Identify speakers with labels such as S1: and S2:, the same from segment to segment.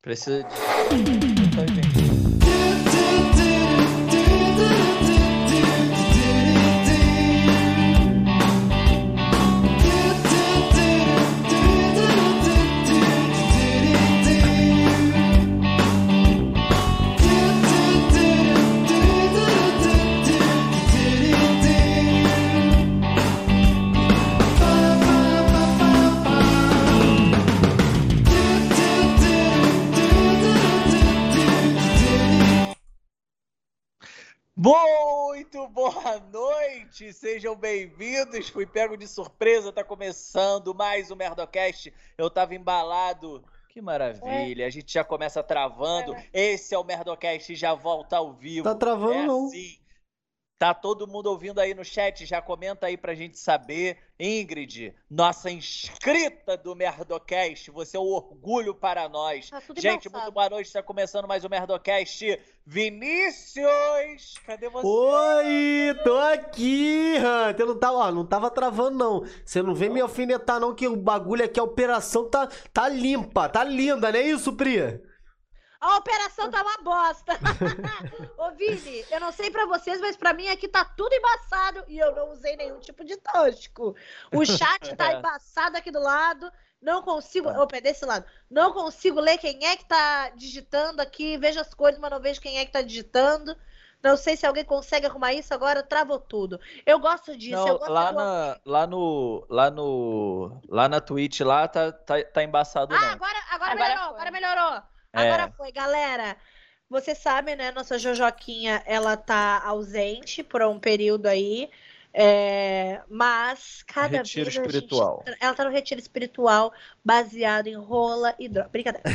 S1: Precisa de.
S2: Muito boa noite, sejam bem-vindos. Fui pego de surpresa, tá começando mais um Merdocast. Eu tava embalado. Que maravilha, a gente já começa travando. Esse é o Merdocast, já volta ao vivo.
S3: Tá travando,
S2: é
S3: não.
S2: assim. Tá todo mundo ouvindo aí no chat, já comenta aí pra gente saber. Ingrid, nossa inscrita do Merdocast, você é um orgulho para nós.
S4: Tá tudo
S2: Gente, muito
S4: embaçado.
S2: boa noite, está começando mais um Merdocast. Vinícius, cadê você?
S3: Oi, tô aqui, Hunter. Não tava, ó, não tava travando, não. Você não vem me alfinetar, não, que o bagulho aqui, a operação tá, tá limpa, tá linda, não é isso, Pri?
S4: A operação tá uma bosta. Ô, Vini, eu não sei pra vocês, mas pra mim aqui tá tudo embaçado e eu não usei nenhum tipo de tóxico. O chat tá embaçado aqui do lado. Não consigo.
S2: Tá.
S4: Opa, é desse lado. Não consigo ler quem é que tá digitando aqui. Vejo as coisas, mas não vejo quem é que tá digitando. Não sei se alguém consegue arrumar isso agora. Travou tudo. Eu gosto disso.
S2: Não,
S4: eu gosto Ah,
S2: lá,
S4: do-
S2: na, lá no. Lá no. Lá na Twitch lá tá, tá, tá embaçado,
S4: Ah,
S2: não.
S4: agora, agora,
S5: Agora
S4: melhorou,
S5: foi.
S4: agora melhorou.
S2: É.
S4: Agora foi, galera. Vocês sabem, né? Nossa Jojoquinha, ela tá ausente por um período aí. é, mas cada
S2: Retiro
S4: vez a gente-
S2: espiritual.
S4: ela tá no retiro espiritual baseado em rola e droga. Brincadeira.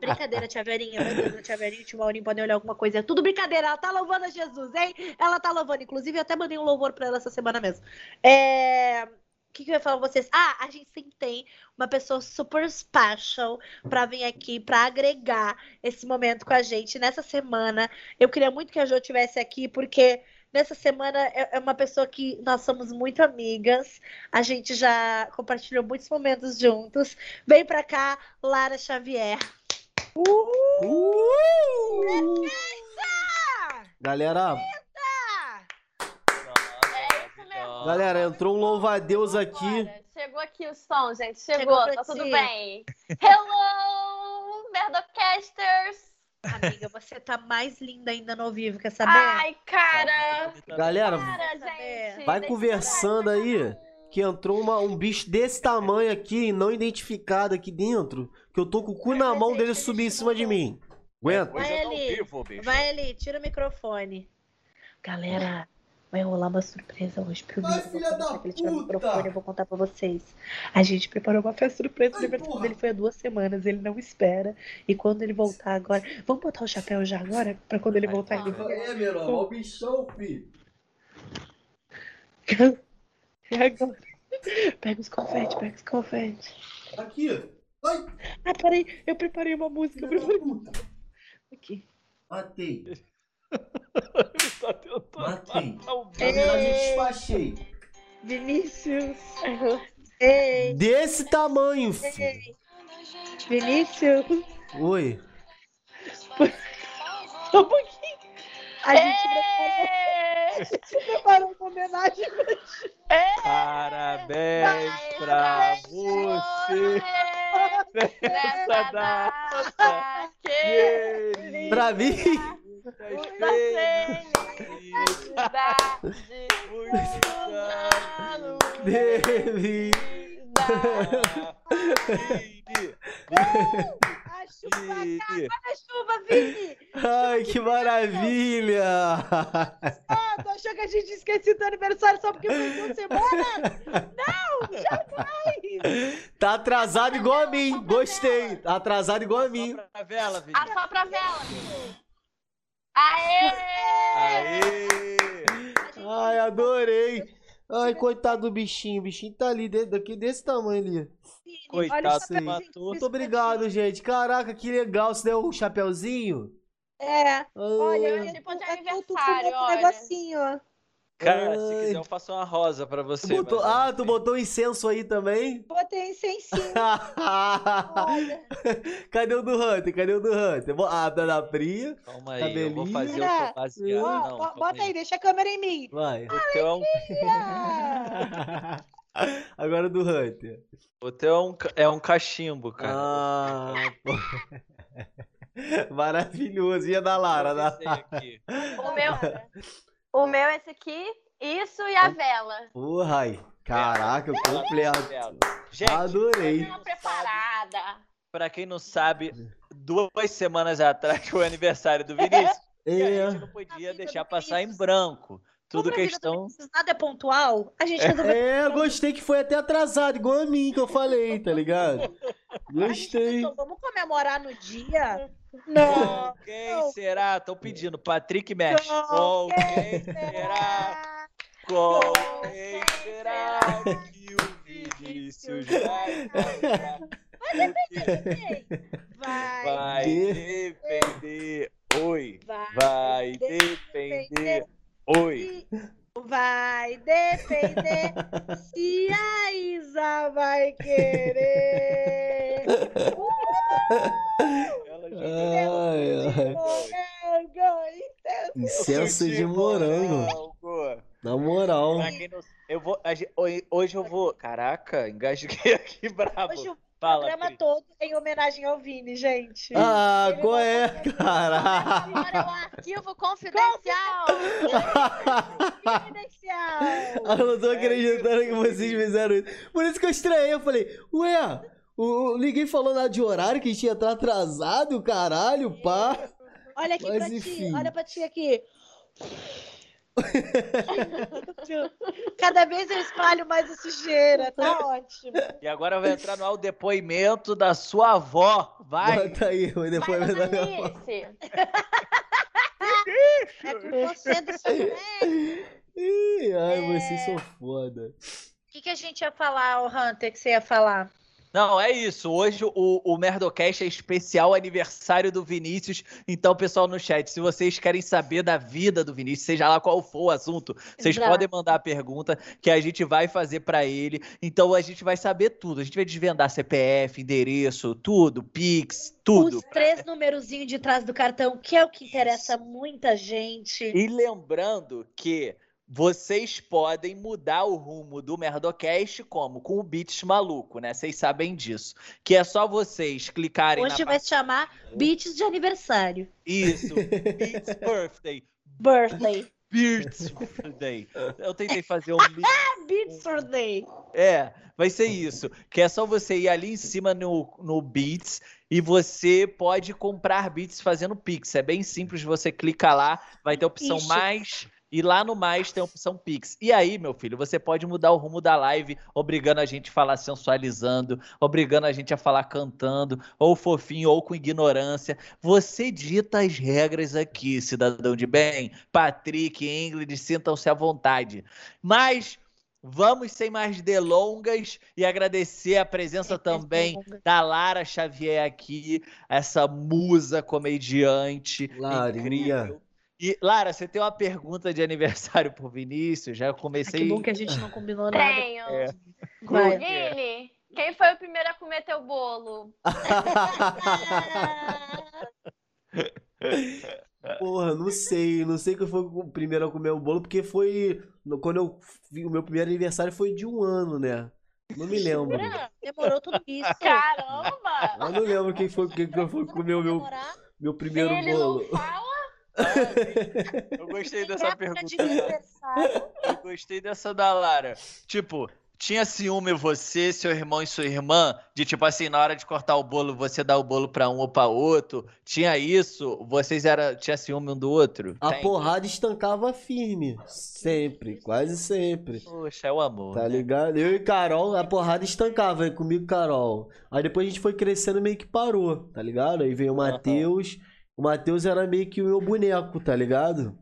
S4: brincadeira, tia Verinha. Meu Deus, a tia Verinha e o tio Maurinho podem olhar alguma coisa. É tudo brincadeira. Ela tá louvando a Jesus, hein? Ela tá louvando. Inclusive, eu até mandei um louvor pra ela essa semana mesmo. É... O que, que eu ia falar pra vocês? Ah, a gente sempre tem uma pessoa super special pra vir aqui, pra agregar esse momento com a gente. Nessa semana, eu queria muito que a Jo estivesse aqui, porque nessa semana é é uma pessoa que nós somos muito amigas. A gente já compartilhou muitos momentos juntos. Vem pra cá, Lara Xavier.
S3: Uh! Galera,
S4: Ah!
S5: É isso mesmo.
S3: galera, entrou um louva a Deus aqui.
S5: Bora. Chegou aqui o som, gente.
S4: Chegou,
S5: Chegou, tá tudo
S4: Tati.
S5: bem. Hello, Merdocasters!
S4: Amiga, você tá mais linda ainda no ao vivo, quer saber?
S5: Ai, cara!
S3: Galera,
S5: Cara,
S4: saber.
S5: gente!
S3: vai
S5: deixa eu
S3: conversando aí. Que entrou uma- um bicho desse tamanho aqui, não identificado aqui dentro. Que eu tô com o cu na mão dele subir em cima de mim. Aguenta.
S2: Hoje eu tô ao
S4: Ele-
S2: vivo, bicho.
S4: Vai ali, tira o microfone. Galera, vai rolar uma surpresa hoje pro
S3: Vai,
S4: Vini. Vou
S3: filha
S4: contar
S3: da
S4: pra ele tirar o
S3: puta!
S4: microfone, eu vou contar pra vocês. A gente preparou uma festa surpresa pro
S3: Ai,
S4: aniversário
S3: porra!
S4: dele. Foi há duas semanas, ele não espera. E quando ele voltar agora... Vamos botar o chapéu já agora? Pra quando ele
S2: Ai,
S4: voltar...
S5: porra.
S4: ele vai-
S3: É, meu irmão, o bichão, filho.
S4: É agora. Pega os confetes, pega os confetes.
S3: Aqui. Vai,
S4: Ah, peraí, eu preparei uma música. Eu preparei
S3: puta.
S4: aqui.
S3: Matei.
S2: Tá tentando
S3: Matei.
S2: matar o bicho.
S4: Ei.
S3: despachei.
S4: Vinícius.
S5: Uhum.
S4: Ei,
S3: Desse tamanho, filho.
S4: Vinícius.
S3: Oi.
S4: Só um pouquinho. A gente
S5: É.
S4: preparou uma homenagem.
S2: Parabéns É pra você
S5: Nessa
S2: nessa data
S5: data
S2: querida.
S3: Pra mim.
S2: Feliz
S5: Felicidade
S2: muitos
S5: Ano
S3: Dele.
S5: da-
S4: A chuva,
S2: Feliz.
S4: a chuva, Vini.
S3: Ai, que maravilha.
S4: Ah, tu achou que a gente esqueceu do aniversário só porque foi duas semanas? Não, jamais.
S3: Tá atrasado igual a mim. Gostei. Tá atrasado igual a mim.
S2: Só pra vela, Vinícius.
S5: Ah, só pra vela. Aê!
S2: Aê!
S3: Ai, adorei. Ai, coitado do bichinho. O bichinho tá ali, de- daqui desse tamanho ali.
S4: Vini,
S2: Coitado
S4: olha só
S2: do
S4: pra gente,
S2: Matu.
S3: Muito obrigado, gente. Caraca, que legal. Você deu o chapéuzinho?
S4: É,
S3: Ah,
S4: olha,
S5: Tipo de
S4: é tudo
S5: aniversário,
S4: um
S5: olha.
S4: negocinho, ó.
S2: Cara, se
S3: Ai.
S2: quiser eu faço uma rosa pra
S3: Tu
S2: você.
S3: botou-
S2: mas é eu não
S3: Ah, tu
S2: sei.
S3: botou incenso aí também?
S4: Botei sem sim. olha.
S3: Cadê o do Hunter? Cadê o do Hunter? Bo- Ah, da, da Pri.
S2: Calma aí, eu vou fazer
S3: Cabelinho.
S2: o
S4: Ah,
S2: teu baseado.
S4: Ó,
S2: Não,
S4: bo-
S2: calma
S4: bota aí, deixa a câmera em mim.
S3: Vai.
S2: O teu é um,
S4: Ah,
S3: Agora o do Hunter.
S2: o teu é um, ca- é um cachimbo, cara.
S3: Ah, pô. Maravilhoso. E a da Lara? Da...
S2: Esse aqui.
S5: O meu, o meu é esse aqui, isso e a vela.
S3: Porra, ai. Caraca, completo.
S2: Gente,
S3: Adorei.
S5: Uma preparada.
S2: pra quem não sabe, duas semanas atrás foi o aniversário do Vinícius. e a
S3: É.
S2: gente não podia
S5: A vida
S2: deixar
S5: do
S2: passar em
S5: Vinícius.
S2: branco. Tudo
S4: como a vida do
S2: questão.
S4: Vinícius Nada é pontual. A gente resolveu.
S3: É, eu gostei que foi até atrasado, igual a mim que eu falei, tá ligado?
S4: a gente
S3: Gostei.
S4: pensou, vamos comemorar no dia?
S2: Com Quem será? Estão pedindo. Patrick mexe. Com
S4: Com
S2: quem será? Com quem será que o Vinícius vai casar?
S4: Vai.
S2: Vai
S3: De-
S2: depender. Oi.
S4: Vai.
S2: Vai
S4: de-
S2: depender. Oi.
S4: se- Vai depender se a Isa vai querer.
S2: Ela
S3: Ah,
S2: já-
S3: Ai, ai.
S4: Morango.
S3: Incenso de
S2: Curtir
S3: morango.
S2: morango.
S3: Na moral.
S2: Pra quem não- Eu vou. a gente- oi- Hoje eu vou. Caraca, engasguei aqui
S4: Hoje
S2: brabo.
S4: o
S2: Fala.
S4: programa
S2: Pri.
S4: todo em homenagem ao Vini, gente.
S3: Ah,
S4: Ele
S3: qual
S4: não
S3: é,
S4: consegue
S3: cara?
S5: Agora é um arquivo confidencial.
S4: Confidencial.
S3: Eu não tô
S2: É
S3: acreditando
S2: isso,
S3: que vocês fizeram isso. Por isso que eu estranhei. Eu falei, ué, o, o- ninguém falou nada de horário que a gente ia estar atrasado, caralho, pá.
S4: Olha aqui
S3: Mas
S4: pra ti,
S3: enfim.
S4: olha pra ti aqui. Cada vez eu espalho mais a sujeira, tá ótimo.
S2: E agora vai entrar no ao depoimento da sua avó. Vai.
S3: Bota aí, mas
S5: Vai,
S3: depois vai dar minha foto.
S5: Denise.
S4: É com você do seu neto.
S3: Ih, Ai, vocês são foda.
S4: O que, que a gente ia falar, o Hunter, que você ia falar?
S2: Não, é isso. Hoje o, o Merdocast é especial aniversário do Vinícius. Então, pessoal no chat, se vocês querem saber da vida do Vinícius, seja lá qual for o assunto, vocês
S4: Exato.
S2: podem mandar a pergunta que a gente vai fazer pra ele. Então, a gente vai saber tudo. A gente vai desvendar CPF, endereço, tudo, Pix, tudo.
S4: Os três numerozinhos de trás do cartão, que é o que interessa muita gente.
S2: E lembrando que vocês podem mudar o rumo do Merdocast como? Com o Beats Maluco, né? Vocês sabem disso. Que é só vocês clicarem na
S4: Hoje vai se chamar Beats de Aniversário.
S2: Isso. Beats Birthday.
S4: Birthday.
S2: Beats Birthday. Eu tentei fazer um. mi-
S4: É Beats Birthday.
S2: É, vai ser isso. Que é só você ir ali em cima no, no Beats e você pode comprar Beats fazendo Pix. É bem simples, você clica lá, vai ter a opção
S4: Ixi.
S2: mais. E lá no mais tem a opção Pix. E aí, meu filho, você pode mudar o rumo da live, obrigando a gente a falar sensualizando, obrigando a gente a falar cantando, ou fofinho, ou com ignorância. Você dita as regras aqui, cidadão de bem. Patrick, Ingrid, sintam-se à vontade. Mas vamos, sem mais delongas, e agradecer a presença também da Lara Xavier aqui, essa musa comediante.
S3: Larinha.
S2: incrível. E, Lara, você tem uma pergunta de aniversário pro Vinícius? Já
S4: Ah,
S2: comecei.
S4: que bom que a gente não combinou nada.
S5: Tenho.
S2: É.
S4: Vai.
S5: Vini, quem foi o primeiro a comer teu bolo?
S3: Porra, não sei. Não sei que foi o primeiro a comer o bolo, porque foi. no- Quando eu. vi- O meu primeiro aniversário foi de um ano, né? Não me lembro.
S4: Jura? Demorou tudo isso.
S5: Caramba!
S3: Eu não lembro quem foi que que foi comer o meu,
S4: Demorar.
S3: meu primeiro
S5: ele
S3: bolo.
S5: não fala.
S2: Eu gostei dessa
S4: Grávida tá de
S2: pergunta. Lara.
S4: aniversário.
S2: Eu gostei dessa da Lara. Tipo, tinha ciúme você, seu irmão e sua irmã? De tipo assim, na hora de cortar o bolo, você dá o bolo pra um ou pra outro? Tinha isso? Vocês era tinha ciúme um do outro?
S3: A
S2: Tem.
S3: porrada estancava firme. Sempre, quase sempre.
S2: Poxa, é o amor.
S3: Tá
S2: né?
S3: ligado? Eu e Carol, a porrada estancava aí comigo e Carol. Aí depois a gente foi crescendo e meio que parou, tá ligado? Aí veio o
S2: Aham.
S3: Matheus. O Matheus era meio que o meu boneco, tá ligado?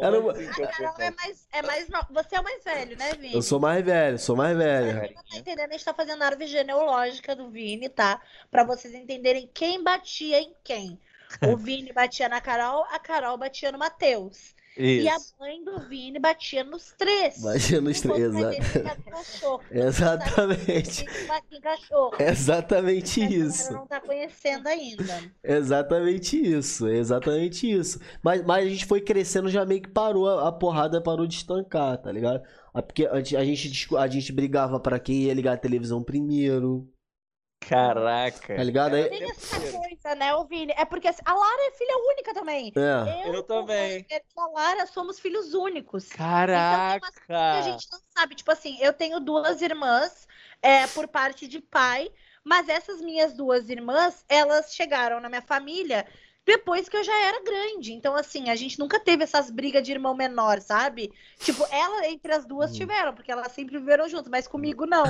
S3: Era uma-
S4: Carol é mais, é mais no- Você é o mais velho, né, Vini?
S3: Eu sou mais velho, sou mais
S2: É.
S3: velho.
S4: Tá entendendo? A gente tá fazendo a árvore genealógica do Vini, tá? Pra vocês entenderem quem batia em quem. O Vini batia na Carol, a Carol batia no Matheus. E a
S2: Isso.
S4: mãe do Vini batia nos três.
S3: Batia nos três,
S4: Enquanto
S3: exato.
S4: o pai dele ficava é tá com cachorro.
S3: Exatamente.
S4: Ele batia em cachorro. Essa
S3: Exatamente
S4: galera
S3: isso.
S4: não tá conhecendo ainda.
S3: Exatamente isso. Exatamente isso. Mas, mas a gente foi crescendo, já meio que parou. A a porrada parou de estancar, tá ligado? Ah, Porque antes a gente, discu- a gente brigava pra quem ia ligar a televisão primeiro.
S2: Caraca.
S3: Tá
S4: Então,
S3: ligado? Aí-
S4: Tem essa coisa, né, ô Vini? É porque assim, a Lara é filha única também.
S3: É.
S4: Eu,
S2: Eu também.
S4: o Rogério e a Lara somos filhos únicos.
S3: Ah.
S4: que a
S2: Caraca.
S4: gente não sabe. Tipo assim, eu tenho duas irmãs é, por parte de pai, mas essas minhas duas irmãs, elas chegaram na minha família depois que eu já era grande. Então, assim, a gente nunca teve essas brigas de irmão menor, sabe? Tipo, ela entre as duas
S3: Hum.
S4: tiveram, porque elas sempre viveram juntas, mas comigo não.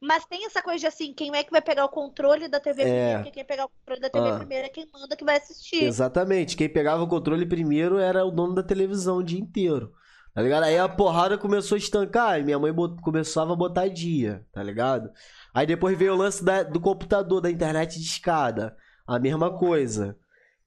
S4: Mas tem essa coisa de assim, quem é que vai pegar o controle da TV
S3: É.
S4: primeiro? Porque quem pegar o controle da TV
S3: Ah.
S4: primeiro é quem manda que vai assistir.
S3: Exatamente. Quem pegava o controle primeiro era o dono da televisão o dia inteiro. Tá ligado? Aí a porrada começou a estancar e minha mãe bot- começava a botar dia, tá ligado? Aí depois veio o lance da- do computador, da internet de escada. A mesma coisa.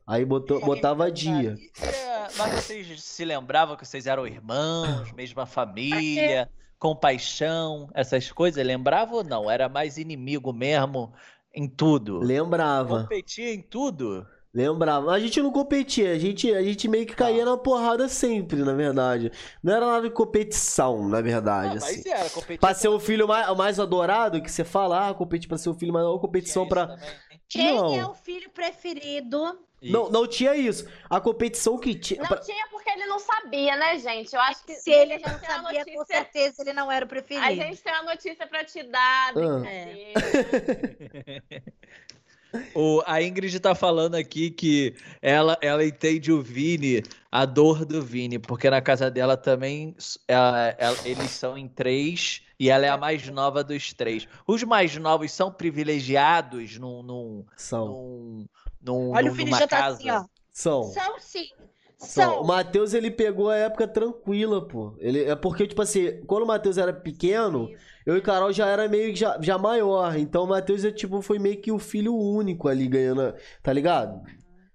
S3: Aí botou, botava dia.
S2: É, Mas vocês se lembravam que vocês eram irmãos, mesma família, compaixão, essas coisas? Lembrava ou não? Era mais inimigo mesmo em tudo.
S3: Lembrava,
S2: Competia em tudo?
S3: lembrava. A gente não competia, a gente, a gente meio que caía
S2: Tá.
S3: na porrada sempre, na verdade. Não era nada de competição, na
S2: Ah,
S3: verdade, assim.
S2: mas era, competia
S3: Pra ser o filho mais, mais adorado, que você fala, ah, compete pra ser o filho mais ou competição
S2: isso né?"
S3: pra.
S2: também.
S4: Quem
S3: Não.
S4: é o filho preferido?
S3: Não,
S2: Isso.
S3: não tinha isso. A competição que tinha.
S5: Não
S3: pra-
S5: tinha porque ele não sabia, né, gente? Eu acho que é
S4: Se ele
S5: a
S4: não
S5: gente tem uma
S4: sabia, com
S5: notícia-
S4: certeza ele não era o preferido.
S5: A gente tem uma notícia pra te dar, brincadeira.
S2: O- a Ingrid tá falando aqui que ela, ela entende o Vini, a dor do Vini, porque na casa dela também s- ela- ela- eles são em três e ela é a mais nova dos três. Os mais novos são privilegiados num, num,
S3: São.
S2: num, num-
S4: Olha,
S2: num-
S4: o filho
S2: numa
S4: já tá
S2: casa.
S4: assim, ó.
S3: São.
S5: um
S4: São sim.
S3: São.
S4: São.
S3: O Matheus, ele pegou a época tranquila, pô. Ele, é porque, tipo assim, quando o Matheus era pequeno, eu e Carol já era meio que já, já maior. Então o Matheus, é, tipo, foi meio que o filho único ali ganhando. a- Tá ligado?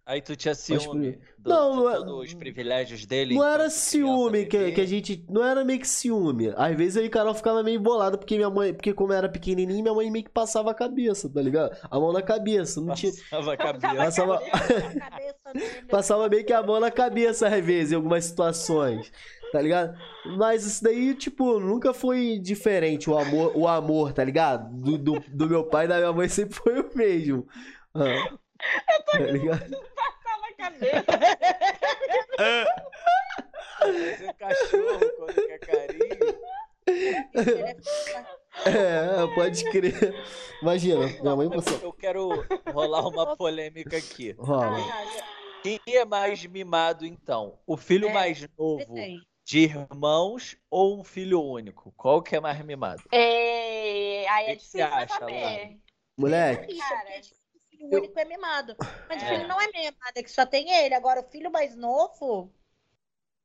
S2: Aí tu tinha ciúme do,
S3: Não,
S2: de
S3: não é-
S2: todos os privilégios dele.
S3: Não
S2: então,
S3: era
S2: criança,
S3: ciúme que,
S2: bebê.
S3: que a gente. Não era meio que ciúme. Às vezes aí Carol ficava meio bolada, porque minha mãe. Porque como eu era pequenininho, minha mãe meio que passava a cabeça, tá ligado? A mão na cabeça. Não tinha.
S2: Passava a cabeça.
S3: Passava,
S4: A cabeça dele. é
S3: Passava meio que a mão na cabeça às vezes, em algumas situações. Tá ligado? Mas isso daí, tipo, nunca foi diferente o amor, o amor tá ligado? Do, do, do meu pai e da minha mãe sempre foi o mesmo. Ah, tá ligado?
S5: Tava a Tá cabeça.
S2: Esse cachorro quando quer carinho.
S4: Ele é foda.
S3: É, pode crer. Imagina, minha mãe passou.
S2: Eu quero rolar uma polêmica aqui.
S3: Rola.
S2: Quem é mais mimado, então? O filho
S4: É,
S2: mais
S4: Ele
S2: novo
S4: tem.
S2: de irmãos ou um filho único? Qual que é mais mimado?
S5: Ei, aí é
S2: O que você
S5: difícil pra
S2: acha,
S5: saber.
S3: Moleque,
S4: Isso,
S5: Cara,
S4: porque o filho único é mimado. Mas o
S2: É.
S4: filho não é mimado, é que só tem ele. Agora, o filho mais novo.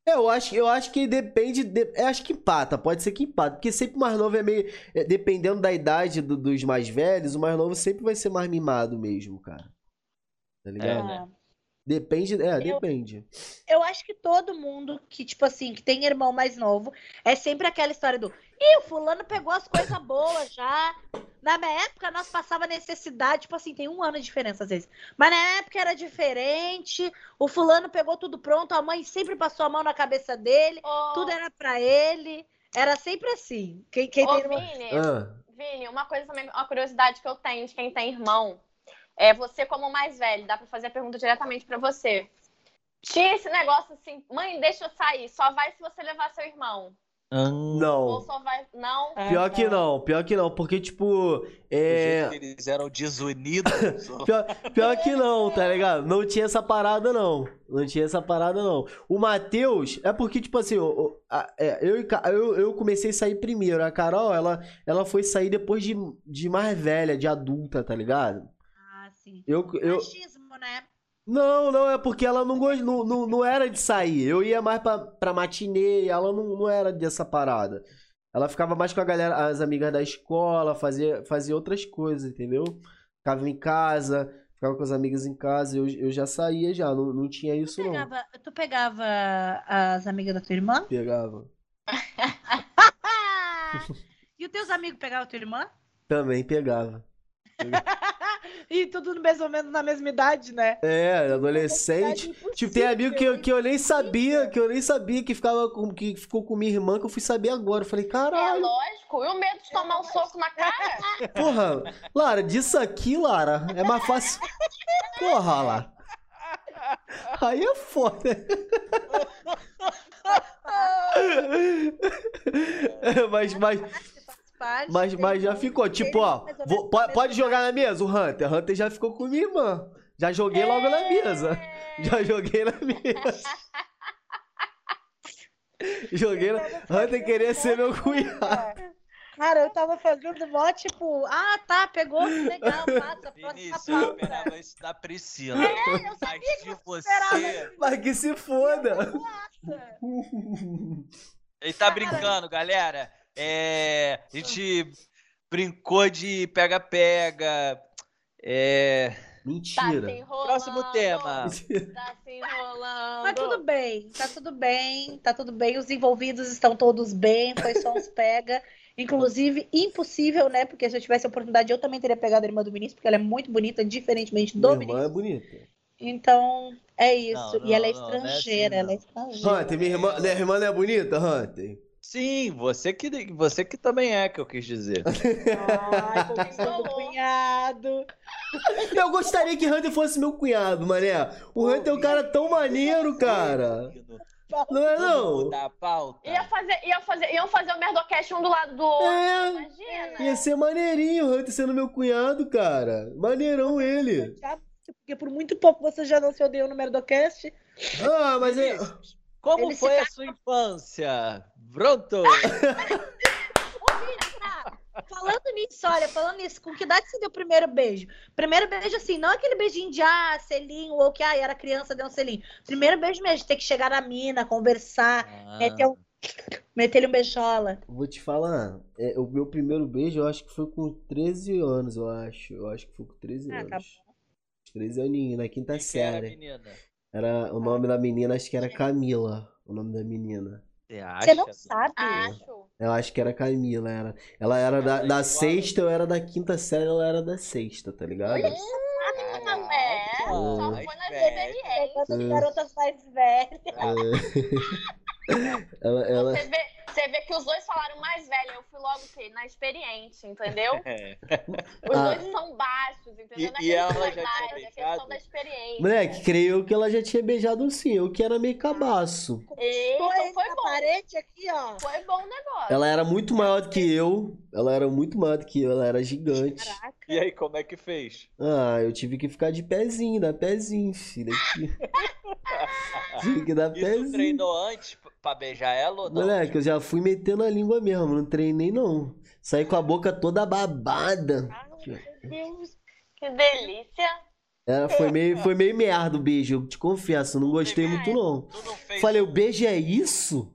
S3: eu acho, eu acho que depende. De, eu acho que empata, pode ser que empata. Porque sempre o mais novo é meio. é, Dependendo da idade do- dos mais velhos, o mais novo sempre vai ser mais mimado mesmo, cara. Tá ligado?
S2: É, né?
S4: ah,
S3: Depende, é,
S4: Eu-
S3: depende.
S4: Eu acho que todo mundo que, tipo assim, que tem irmão mais novo, é sempre aquela história do. Ih, o fulano pegou as coisas boas já. Na minha época, nós passava necessidade, tipo assim, tem um ano de diferença às vezes. Mas na época era diferente. O fulano pegou tudo pronto, a mãe sempre passou a mão na cabeça dele,
S5: Ô,
S4: tudo é era pra ele. Era sempre assim. Quem, quem
S5: ô,
S4: tem irmão.
S5: Vini,
S3: Ah,
S5: Vini, uma coisa também, uma curiosidade que eu tenho de quem tem irmão, é você como o mais velho, dá pra fazer a pergunta diretamente pra você. Tinha esse negócio assim, mãe, deixa eu sair, só vai se você levar seu irmão. Ou
S3: Hum, não.
S5: só vai, não,
S4: É. ah,
S3: Pior que não, pior que não, porque, tipo,
S2: É...
S3: é.
S2: Eles eram desunidos.
S3: Pior, pior que não, tá ligado? Não tinha essa parada, não. Não tinha essa parada, não. O Matheus, é porque, tipo assim, o- o- a- é, eu, e Ca- eu, eu comecei a sair primeiro. A Carol, ela, ela foi sair depois de, de mais velha, de adulta, tá ligado?
S4: Ah, sim.
S3: Eu, eu,
S4: Machismo, né?
S3: Não, não, é porque ela não, gost... não, não, não era de sair. Eu ia mais pra, pra matinê, ela não, não era dessa parada. Ela ficava mais com a galera, as amigas da escola, fazia, fazia outras coisas, entendeu? Ficava em casa, Ficava com as amigas em casa, eu, eu já saía já, não, não tinha isso
S4: Tu
S3: não.
S4: pegava, tu pegava as amigas da tua irmã?
S3: Pegava.
S4: e os teus amigos pegavam a tua irmã?
S3: Também pegava.
S4: E tudo mais ou menos na mesma idade, né?
S3: É, adolescente. Tipo, tem amigo que, eu- que eu nem sabia, que eu nem sabia que ficava com, que ficou com minha irmã, que eu fui saber agora. Eu falei,
S5: É
S3: caralho,
S5: lógico. E o medo de
S4: É
S5: tomar um soco na cara?
S3: porra, Lara, disso aqui, Lara, é mais fácil. Porra, Lara. Aí é foda. É, mas, mas,
S4: Faz parte,
S3: mas,
S4: tem
S3: mas já
S4: um-
S3: ficou. Tipo, ó,
S4: Mais ou
S3: vou-
S4: menos
S3: po-
S4: na mesma
S3: pode jogar na mesa o Hunter. Hunter já ficou com minha irmã. Já joguei logo na mesa.
S4: É.
S3: Já joguei na mesa. Joguei na...
S4: Então,
S3: Hunter
S4: um
S3: queria ser meu
S4: né?
S3: cunhado.
S4: Cara, eu tava fazendo mó tipo, ah tá, pegou, que legal, passa,
S2: Vinícius,
S4: passa,
S2: eu
S4: passa.
S2: esperava isso da Priscila. Mas de você.
S4: esperava.
S3: Mas que se
S4: é um
S3: foda.
S2: Ele tá brincando, galera. É, a gente brincou de pega-pega. É,
S5: Tá se
S3: Mentira.
S5: enrolando.
S2: próximo tema.
S5: Tá se enrolando.
S4: Mas tudo bem, tá tudo bem, tá tudo bem. Os envolvidos estão todos bem, foi só uns pega. Inclusive, impossível, né? Porque se eu tivesse a oportunidade, eu também teria pegado a irmã do Vinícius, porque ela é muito bonita, diferentemente do
S3: Minha irmã é
S4: Vinícius.
S3: bonita.
S4: Então, é isso.
S2: Não,
S4: e ela é
S2: não, não, não é assim,
S4: estrangeira, ela é estrangeira.
S3: Hunter, minha irmã, minha irmã não é bonita, Hunter?
S2: Sim, você que, você que também é, que eu quis dizer.
S4: Ai, conquistando o cunhado.
S3: Eu gostaria que Hunter fosse meu cunhado, mané. O Hunter é um cara tão maneiro, cara. Não é,
S2: Vamos
S3: não?
S2: mudar a pauta.
S5: Ia fazer, ia fazer, iam fazer o merdocast um do lado do outro.
S3: É.
S5: Imagina.
S3: Ia ser maneirinho o Hunter sendo meu cunhado, cara. Maneirão ele.
S4: Já- Porque por muito pouco você já não se odeiam no Merdocast.
S3: Ah, mas é.
S2: Vinícius, Como
S4: Ele se
S2: foi a sua infância? Pronto!
S4: Falando nisso, olha, falando nisso, com que idade você deu o primeiro beijo? Primeiro beijo, assim, não aquele beijinho de ah, selinho, ou que ah, era criança, deu um selinho. Primeiro beijo mesmo, ter que chegar na mina,
S5: É
S4: conversar,
S2: Ah.
S3: Ah,
S4: meter um. Meter-lhe um beijola.
S3: Vou te falar, é, o meu primeiro beijo eu acho que foi com 13 anos, eu acho. Eu acho que foi com 13
S4: Ah,
S3: anos.
S4: tá
S3: 13 aninhos, na quinta
S2: Quem que era a
S3: série.
S2: menina?
S3: Era, o nome da menina, acho que era Camila. O nome da menina.
S2: Você acha?
S4: Você não sabe.
S5: Acho.
S3: Eu acho que era Camila, era. Ela era da,
S2: Ela é
S3: da
S2: igual.
S3: sexta, eu era da quinta série, ela era da sexta, tá ligado?
S5: Não é. Só
S2: Ah, Ai,
S5: foi na
S2: velho.
S5: CBN.
S4: As garotas mais velhas.
S3: Ela, ela...
S5: Você vê, você vê que os dois falaram mais velha. Eu fui logo o quê? Na experiente, entendeu?
S2: É.
S5: Os
S3: Ah.
S5: dois são baixos,
S2: E-
S5: entendeu?
S2: e
S5: Não é questão
S2: ela
S5: da
S2: já tinha
S5: idade, é
S2: beijado?
S5: questão da experiência.
S3: Moleque, creio eu que ela já tinha beijado sim, eu que era meio cabaço.
S5: Então foi
S4: essa
S5: bom.
S4: parede aqui, ó.
S5: Foi bom o negócio.
S3: Ela era muito maior do que eu, ela era muito maior do que eu, ela era gigante.
S4: Caraca.
S2: E aí, como é que fez?
S3: Ah, eu tive que ficar de pezinho, dar pezinho, filho. Aqui. tive que dar
S2: Isso
S3: pezinho.
S2: treinou antes p- pra beijar ela ou não?
S3: Moleque, eu já fui metendo a língua mesmo, não treinei não. Saí com a boca toda babada.
S5: Ai, Ah, meu Deus. Que delícia.
S3: Era, foi, meio, foi meio merda o beijo, eu te confesso, não gostei muito não.
S2: Tu não fez
S3: Falei, o beijo é isso?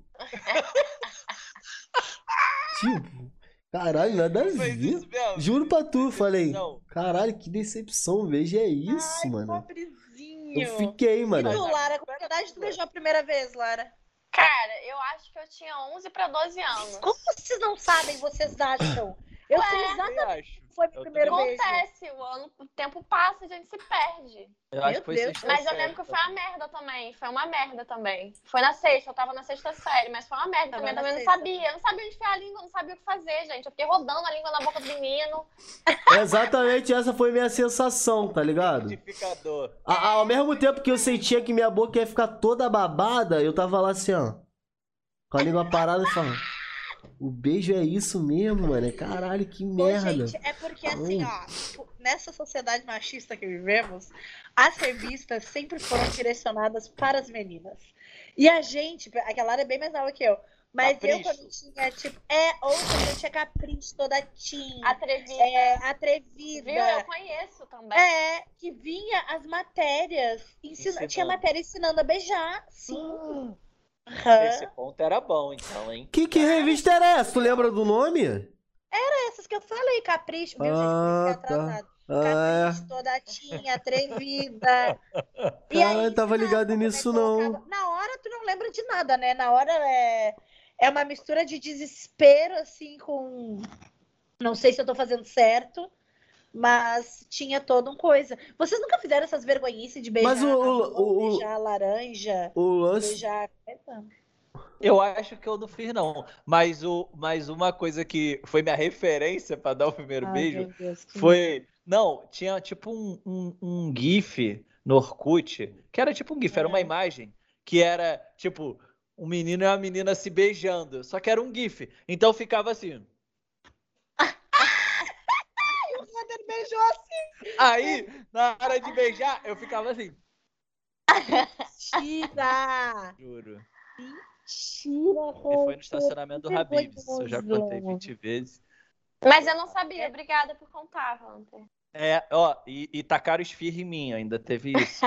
S3: tipo, caralho, nada a
S2: tu fez
S3: ver.
S2: isso mesmo?
S3: Juro pra tu, falei.
S2: Não.
S3: Caralho, que decepção, o beijo é isso, mano.
S4: Pobrezinho.
S3: Eu fiquei,
S4: E
S3: mano.
S4: tu, Lara, com que idade tu beijou a primeira vez, Lara?
S5: Cara, eu acho que eu tinha 11 pra 12 anos.
S4: Como vocês não sabem, vocês acham? Eu
S5: É,
S4: sei exatamente
S2: Eu acho.
S4: que foi meu
S2: Eu
S4: primeiro
S2: também.
S4: beijo.
S5: Acontece, o, ano, o tempo passa e a gente se perde.
S2: Eu acho que foi
S4: Deus,
S2: sexta
S5: Mas eu
S2: série
S5: lembro que foi uma
S2: também.
S5: merda também. Foi uma merda também. Foi na sexta, eu tava na sexta série, mas foi uma merda
S4: Tava
S5: também. Eu
S4: na
S5: também não
S4: sexta.
S5: sabia. Eu não sabia onde foi a língua, eu não sabia o que fazer, gente. Eu fiquei rodando a língua na boca do menino.
S3: É Exatamente essa foi minha sensação, tá ligado?
S2: Liquidificador.
S3: A- a- ao mesmo tempo que eu sentia que minha boca ia ficar toda babada, eu tava lá assim, ó. Com a língua parada e falando. O beijo é isso mesmo, mano. Caralho, que
S4: Pô,
S3: merda.
S4: gente, é porque assim, ó, tipo, nessa sociedade machista que vivemos, as revistas sempre foram direcionadas para as meninas. E a gente, aquela Lara é bem mais nova que eu, mas
S2: Capricho.
S4: eu quando tinha, tipo, é, ou quando eu tinha capricho toda teen,
S5: Atrevi.
S4: é,
S5: Viu?
S4: atrevida.
S5: Eu conheço também.
S4: É, que vinha as matérias, ensina-
S2: Ensinando.
S4: tinha matéria ensinando a beijar, sim. Aham.
S2: Esse ponto era bom, então, hein?
S3: Que, que revista era essa? Tu lembra do nome?
S4: essas que eu falei, capricho, viu, gente?
S3: Ah,
S4: Por isso que é atrasado.
S3: Ah,
S4: Capricho, toda tinha, atrevida. E
S3: Caralho,
S4: aí,
S3: tava
S4: cara,
S3: ligado
S4: começou
S3: nisso,
S4: a
S3: não.
S4: cada- Na hora tu não lembra de nada, né? Na hora é, é uma mistura de desespero, assim, com. Não sei se eu tô fazendo certo, mas tinha toda uma coisa. Vocês nunca fizeram essas vergonhices de beijar,
S3: Mas o- o-
S4: a flor,
S3: o- o-
S4: beijar a laranja,
S3: o lance.
S4: beijar.
S2: Eu acho que eu não fiz, não. Mas, o, mas uma coisa que foi minha referência pra dar o primeiro
S4: Ai,
S2: beijo
S4: meu Deus, que
S2: foi. Não, tinha tipo um, um, um GIF no Orkut, que era tipo um GIF, era uma
S4: Aham.
S2: imagem que era tipo um menino e uma menina se beijando, só que era um GIF. Então ficava assim.
S4: Ele beijou a
S2: assim. Aí, na hora de beijar, eu ficava assim.
S4: Tira!
S2: Juro. E
S4: Tira,
S2: foi no
S4: Couto.
S2: estacionamento do Habib's. isso Eu já contei
S4: vergonhoso.
S2: 20 vezes.
S5: Mas eu não sabia. Obrigada por contar, Hunter.
S2: É, ó, e, e tacaram esfirra em mim, ainda teve isso.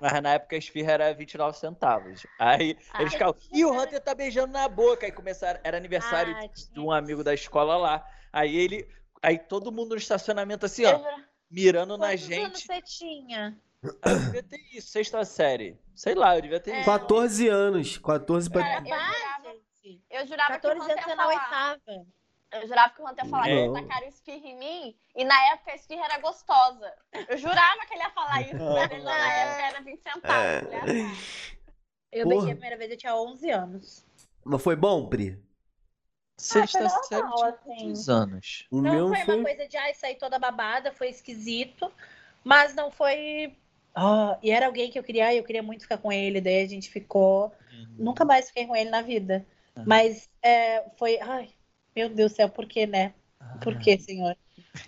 S2: Mas na época a esfirra era 29 centavos. Aí eles
S5: Ah.
S2: ficavam, e o Hunter tá beijando na boca. Aí começaram, era aniversário
S4: Ah,
S2: de um amigo da escola lá. Aí ele, aí todo mundo no estacionamento assim, ó,
S5: Eu-
S2: mirando na
S4: quantos anos
S2: gente.
S4: você tinha?
S2: Ah, Eu devia ter isso, sexta série. Sei lá, eu devia ter
S4: É.
S2: isso.
S3: 14 anos. 14 pra.
S5: Cara, eu jurava, eu jurava que o
S4: 14
S5: Hunter
S4: anos
S5: ia
S4: é na
S5: falar.
S4: oitava.
S5: Eu jurava que o Hunter ia falar
S3: Não.
S5: que tacaram esfirra em mim. E na época a esfirra era gostosa. Eu jurava que ele ia falar isso, mas ele na época era 20 centavos. Falei, ah, tá.
S4: Eu
S3: Porra.
S4: beijei a primeira vez, eu tinha 11 anos.
S3: Mas foi bom, Pri?
S2: Sexta
S5: Ah, foi
S2: série
S5: normal,
S2: tinha
S5: assim.
S2: quantos anos?
S3: O
S4: Não
S3: meu
S4: foi uma coisa de, ai, saí toda babada, foi esquisito. Mas não foi... Ah, e era alguém que eu queria, ai, eu queria muito ficar com ele. Daí a gente ficou... Nunca mais fiquei com ele na vida.
S2: Ah.
S4: Mas é, foi... Ai, meu Deus do céu, por que, né?
S2: Uhum.
S4: Por que, senhor?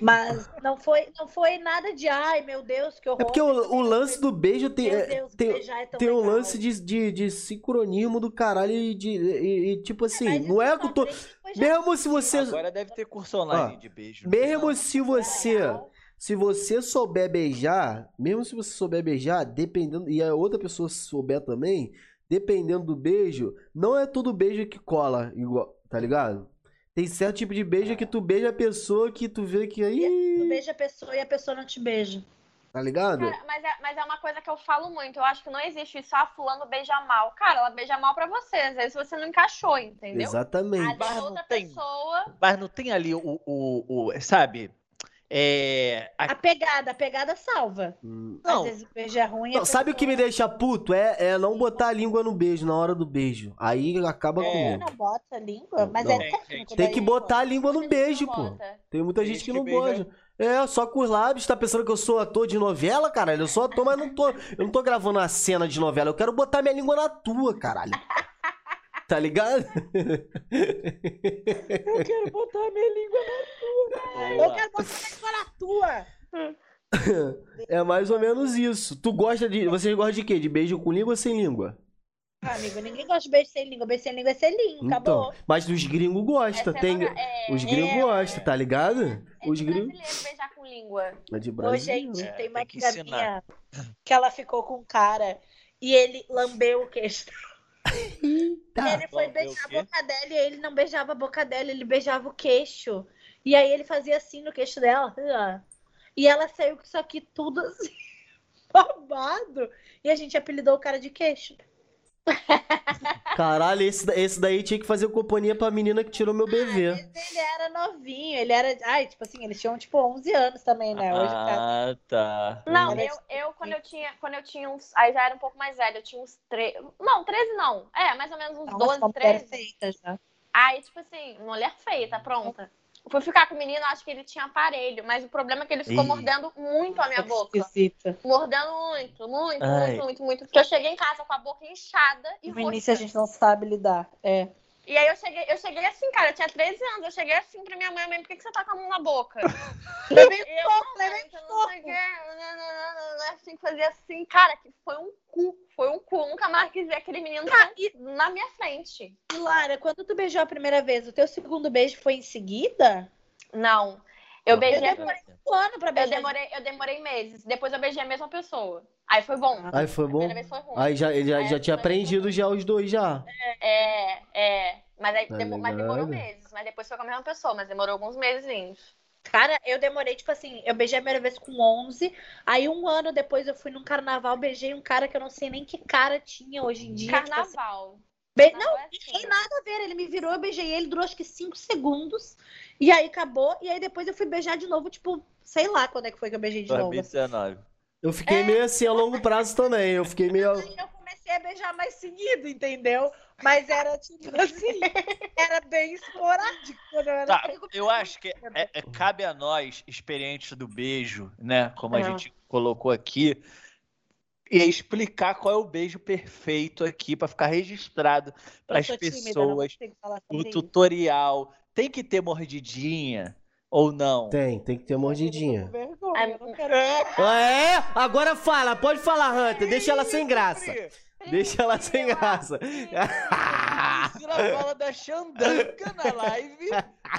S4: Mas não foi, não foi nada de, ai, meu Deus, que horror.
S3: É porque o, o lance do beijo tem,
S4: Meu
S3: é-
S4: Deus,
S3: tem,
S4: beijar é tão
S3: tem um
S4: legal.
S3: lance de, de, de sincronismo do caralho e, de, e- e, tipo assim,
S4: Mas
S3: não é
S4: isso
S3: que eu
S4: só
S3: tô.
S4: aprende depois de
S3: Mesmo se você.
S2: Ah, Agora deve ter curso online
S3: Ó,
S2: de beijo. não tem
S3: Mesmo
S2: não?
S3: se
S4: adulto,
S3: você.
S5: É
S4: na real.
S3: Se você souber beijar, mesmo se você souber beijar, dependendo. E a outra pessoa souber também, dependendo do beijo, não é todo beijo que cola igual, tá ligado? Tem certo tipo de beijo que tu beija a pessoa que tu vê que
S4: Tu
S3: aí.
S4: beija a pessoa e a pessoa não te beija.
S3: Tá ligado?
S5: Cara, mas, é, mas é uma coisa que eu falo muito. Eu acho que não existe isso. Ah, fulano beija mal. Cara, ela beija mal pra você. Às vezes você não encaixou, entendeu?
S3: Exatamente.
S5: Ali
S2: Mas não
S5: outra
S2: tem.
S5: pessoa.
S2: Mas não tem ali o, o, o- sabe? É, a-
S4: A pegada, a pegada salva.
S3: Hum.
S2: não,
S4: Às vezes o beijo é ruim.
S3: Não, sabe o que me deixa puto? É, é não botar a língua no beijo na hora do beijo. Aí acaba
S2: É.
S4: com.
S3: comigo.
S4: Não bota a língua, mas
S3: Não.
S4: é
S2: Tem,
S4: técnico.
S2: gente.
S3: Tem
S4: daí,
S3: que
S4: pô.
S3: botar a língua no
S5: não
S3: Um beijo, pô.
S5: bota.
S3: Tem muita
S2: Tem
S3: gente que
S2: gente
S3: não
S2: que beija-
S3: gosta. É, só com os lábios, tá pensando que eu sou ator de novela, caralho? Eu sou ator, mas não tô. Eu não tô gravando uma cena de novela. Eu quero botar minha língua na tua, caralho. Tá ligado?
S2: eu quero botar minha língua na
S4: Eu quero botar a língua na tua.
S3: É mais ou menos isso. Tu gosta de. Vocês gostam de quê? De beijo com língua ou sem língua?
S4: Ah, amigo, ninguém gosta de beijo sem língua. Beijo sem língua é sem língua,
S3: Então,
S4: acabou.
S3: Mas os gringos gostam.
S5: Essa é
S3: Tem...
S5: uma- é-
S3: Os gringos
S5: é-
S3: gostam, tá ligado?
S5: É
S3: Os
S5: de
S3: gringos.
S5: brasileiro beijar com língua.
S3: É de
S4: Ô,
S3: Brasil.
S4: gente,
S2: É,
S4: tem uma
S2: tem que
S4: amiga
S2: ensinar.
S4: minha que ela ficou com um cara e ele lambeu o queixo. Ele foi
S2: Lambeu o
S4: beijar
S2: quê?
S4: a boca dela e ele não beijava a boca dela, ele beijava o queixo. E aí ele fazia assim no queixo dela. ó. E ela saiu com isso aqui tudo assim, babado. E a gente apelidou o cara de queixo.
S3: Caralho, esse, da- esse daí tinha que fazer companhia pra menina que tirou meu
S5: Ah,
S3: BV.
S4: Mas ele era novinho, ele era. Ai, tipo assim, eles tinham tipo 11 anos também, né? Hoje tá.
S2: Ah, tá.
S5: Não,
S4: Era
S5: eu, eu quando eu tinha, quando eu tinha uns, aí já era um pouco mais velho, eu tinha uns 13, não, 13 não. É, mais ou menos uns
S4: Nossa, Tá
S5: 12,
S4: uma
S5: 13.
S4: perfeita já.
S5: Aí, tipo assim, mulher feita, pronta. Eu fui ficar com o menino, acho que ele tinha aparelho, mas o problema é que ele ficou
S2: Ih.
S5: mordendo muito a minha boca.
S4: Esquisita.
S5: Mordendo muito, muito,
S2: Ai.
S5: muito, muito, muito. Porque eu cheguei em casa com a boca inchada e
S4: No
S5: roxa.
S4: início a gente não sabe lidar. É.
S5: E aí eu cheguei, eu cheguei assim, cara, eu tinha 13 anos, eu cheguei assim pra minha mãe, mãe, por que, que você tá com a mão na boca?
S4: Levei
S5: Eu, não,
S4: é
S5: mãe, que eu não sei o quê, não, não, não, não, não, assim, fazia assim, cara, que foi um cu, foi um cu, nunca mais quis ver aquele menino
S4: Ah, e-
S5: na minha frente.
S4: E Lara, quando tu beijou a primeira vez, o teu segundo beijo foi em seguida?
S5: Não, eu beijei,
S2: Tá.
S4: Eu
S5: a-
S4: demorei Um ano pra
S5: eu
S4: beijar.
S2: É,
S5: demorei, eu demorei meses, depois eu beijei a mesma pessoa. Aí foi bom, a
S3: Aí foi Ah, tá bom.
S5: primeira vez foi ruim.
S3: Aí já, ele já,
S5: É,
S3: já tinha
S5: foi
S3: aprendido já os dois já.
S5: É, é, mas aí
S3: Tá
S5: demo- mas demorou
S3: ligado?
S5: meses, mas depois foi com a mesma pessoa, mas demorou alguns meses.
S4: Cara, eu demorei, tipo assim, eu beijei a primeira vez com 11, aí um ano depois eu fui num carnaval, beijei um cara que eu não sei nem que cara tinha hoje em dia. tipo assim,
S5: Carnaval.
S4: be- Não,
S5: Carnaval é assim.
S4: tem nada a ver, ele me virou, eu beijei ele, durou acho que 5 segundos, e aí acabou, e aí depois eu fui beijar de novo, tipo, sei lá quando é que foi que eu beijei de novo.
S2: 2019.
S3: Eu
S5: É.
S3: fiquei meio assim a longo prazo também. Eu fiquei meio.
S4: Aí eu comecei a beijar mais seguido, entendeu? Mas era tipo assim, era bem esporádico quando eu era
S2: Tá,
S4: pego.
S2: eu acho que é- é- cabe a nós, experientes do beijo, né? Como a
S5: É.
S2: gente colocou aqui, e explicar qual é o beijo perfeito aqui pra ficar registrado para
S4: Eu
S2: as
S4: sou tímida, não
S2: pessoas.
S4: consigo falar
S2: O
S4: sobre isso.
S2: tutorial tem que ter mordidinha ou não?
S3: Tem, tem que ter mordidinha.
S4: Vergonha, eu não quero.
S3: É? Agora fala, pode falar, Hunter. Deixa ela sem graça.
S5: é assim.
S3: Deixa ela sem graça. Ah.
S2: Priscila fala da Xandanga na live.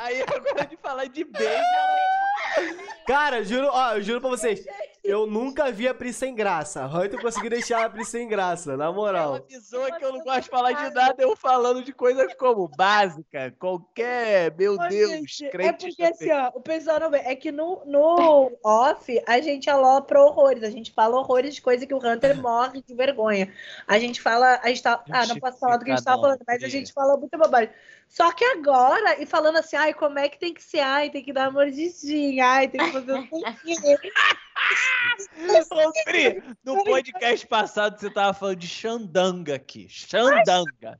S2: Aí agora de falar de beijo, ela
S3: Cara, juro, ó, eu juro pra vocês. Eu nunca vi a Pri sem graça. Hunter conseguiu deixar a Pri sem graça, na
S2: Ela
S3: moral.
S2: avisou que eu não gosto de falar de nada, eu falando de coisas como básica, qualquer, meu
S4: Ô,
S2: Deus,
S4: gente, é
S2: crente
S4: porque
S2: já
S4: assim, ó, o pessoal não vê. É que no, no off a gente alopra horrores, a gente fala horrores de coisa que o Hunter morre de vergonha. A gente fala, a gente tá, ah, não posso falar do que a gente
S2: um
S4: tava falando, mas a gente fala muita bobagem. Só que agora, e falando assim, ai, como é que tem que ser? Ai, tem que dar mordidinha, ai, tem que fazer um pouquinho. É
S2: fez. Ô, Pri, no podcast passado você tava falando de Xandanga aqui, Xandanga.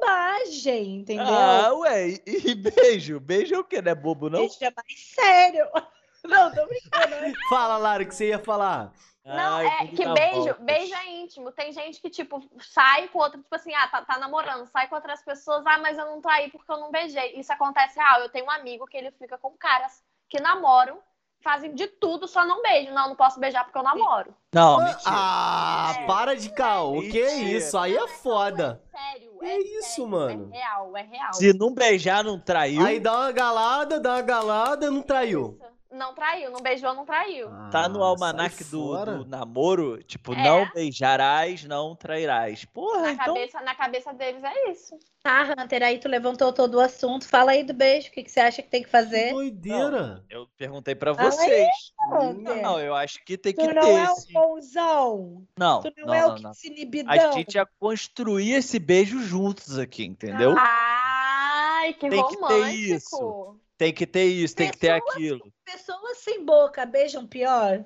S4: bobagem, entendeu?
S2: Ah, ué, e, e beijo, beijo é o quê, não é bobo não?
S4: Gente, é mais sério. Não, é tô brincando.
S3: Fala, Lara, o que você ia falar?
S5: Não,
S2: Ai,
S5: é
S2: tudo tá
S5: que
S2: dá
S5: beijo,
S2: voltas.
S5: beijo é íntimo. Tem gente que, tipo, sai com outra, tipo assim, ah, tá, tá namorando, sai com outras pessoas, ah, mas eu não tô aí porque eu não beijei. Isso acontece real. Eu tenho um amigo que ele fica com caras que namoram, fazem de tudo, só não beijo. Não, não posso beijar porque eu namoro.
S2: Não, mentira.
S3: Ah, para de caô. Que
S2: Mentira.
S3: isso? Aí é foda.
S5: Sério,
S3: Que
S5: é
S3: isso,
S5: sério,
S3: mano?
S5: É real, é real.
S2: Se não beijar, não traiu,
S3: Aí dá uma galada, dá uma galada, não traiu.
S5: Isso. Não traiu, não beijou, não traiu.
S2: tá no
S3: Ah,
S2: almanac
S3: sai
S2: do,
S3: fora.
S2: do namoro, tipo,
S5: É.
S2: não beijarás, não trairás. Porra,
S5: Na,
S2: então
S5: cabeça, na cabeça deles é isso.
S4: Tá, Hunter, aí tu levantou todo o assunto. Fala aí do beijo, o que, que você acha que tem que
S3: Que
S4: fazer?
S3: doideira.
S2: eu perguntei pra
S4: Fala aí,
S2: vocês.
S4: Hunter.
S2: Não, eu acho que tem que
S4: é tu
S2: ter.
S4: não é o
S2: sim.
S4: bonzão.
S2: Não,
S4: Tu não,
S2: não,
S4: é o
S2: não,
S4: que
S2: não.
S4: se inibidão.
S2: A gente ia construir esse beijo juntos aqui, entendeu?
S4: Ah,
S5: Ai, que
S2: Tem que ter
S5: romântico.
S2: isso. Tem que ter isso, tem que ter aquilo.
S4: Pessoas sem boca beijam pior.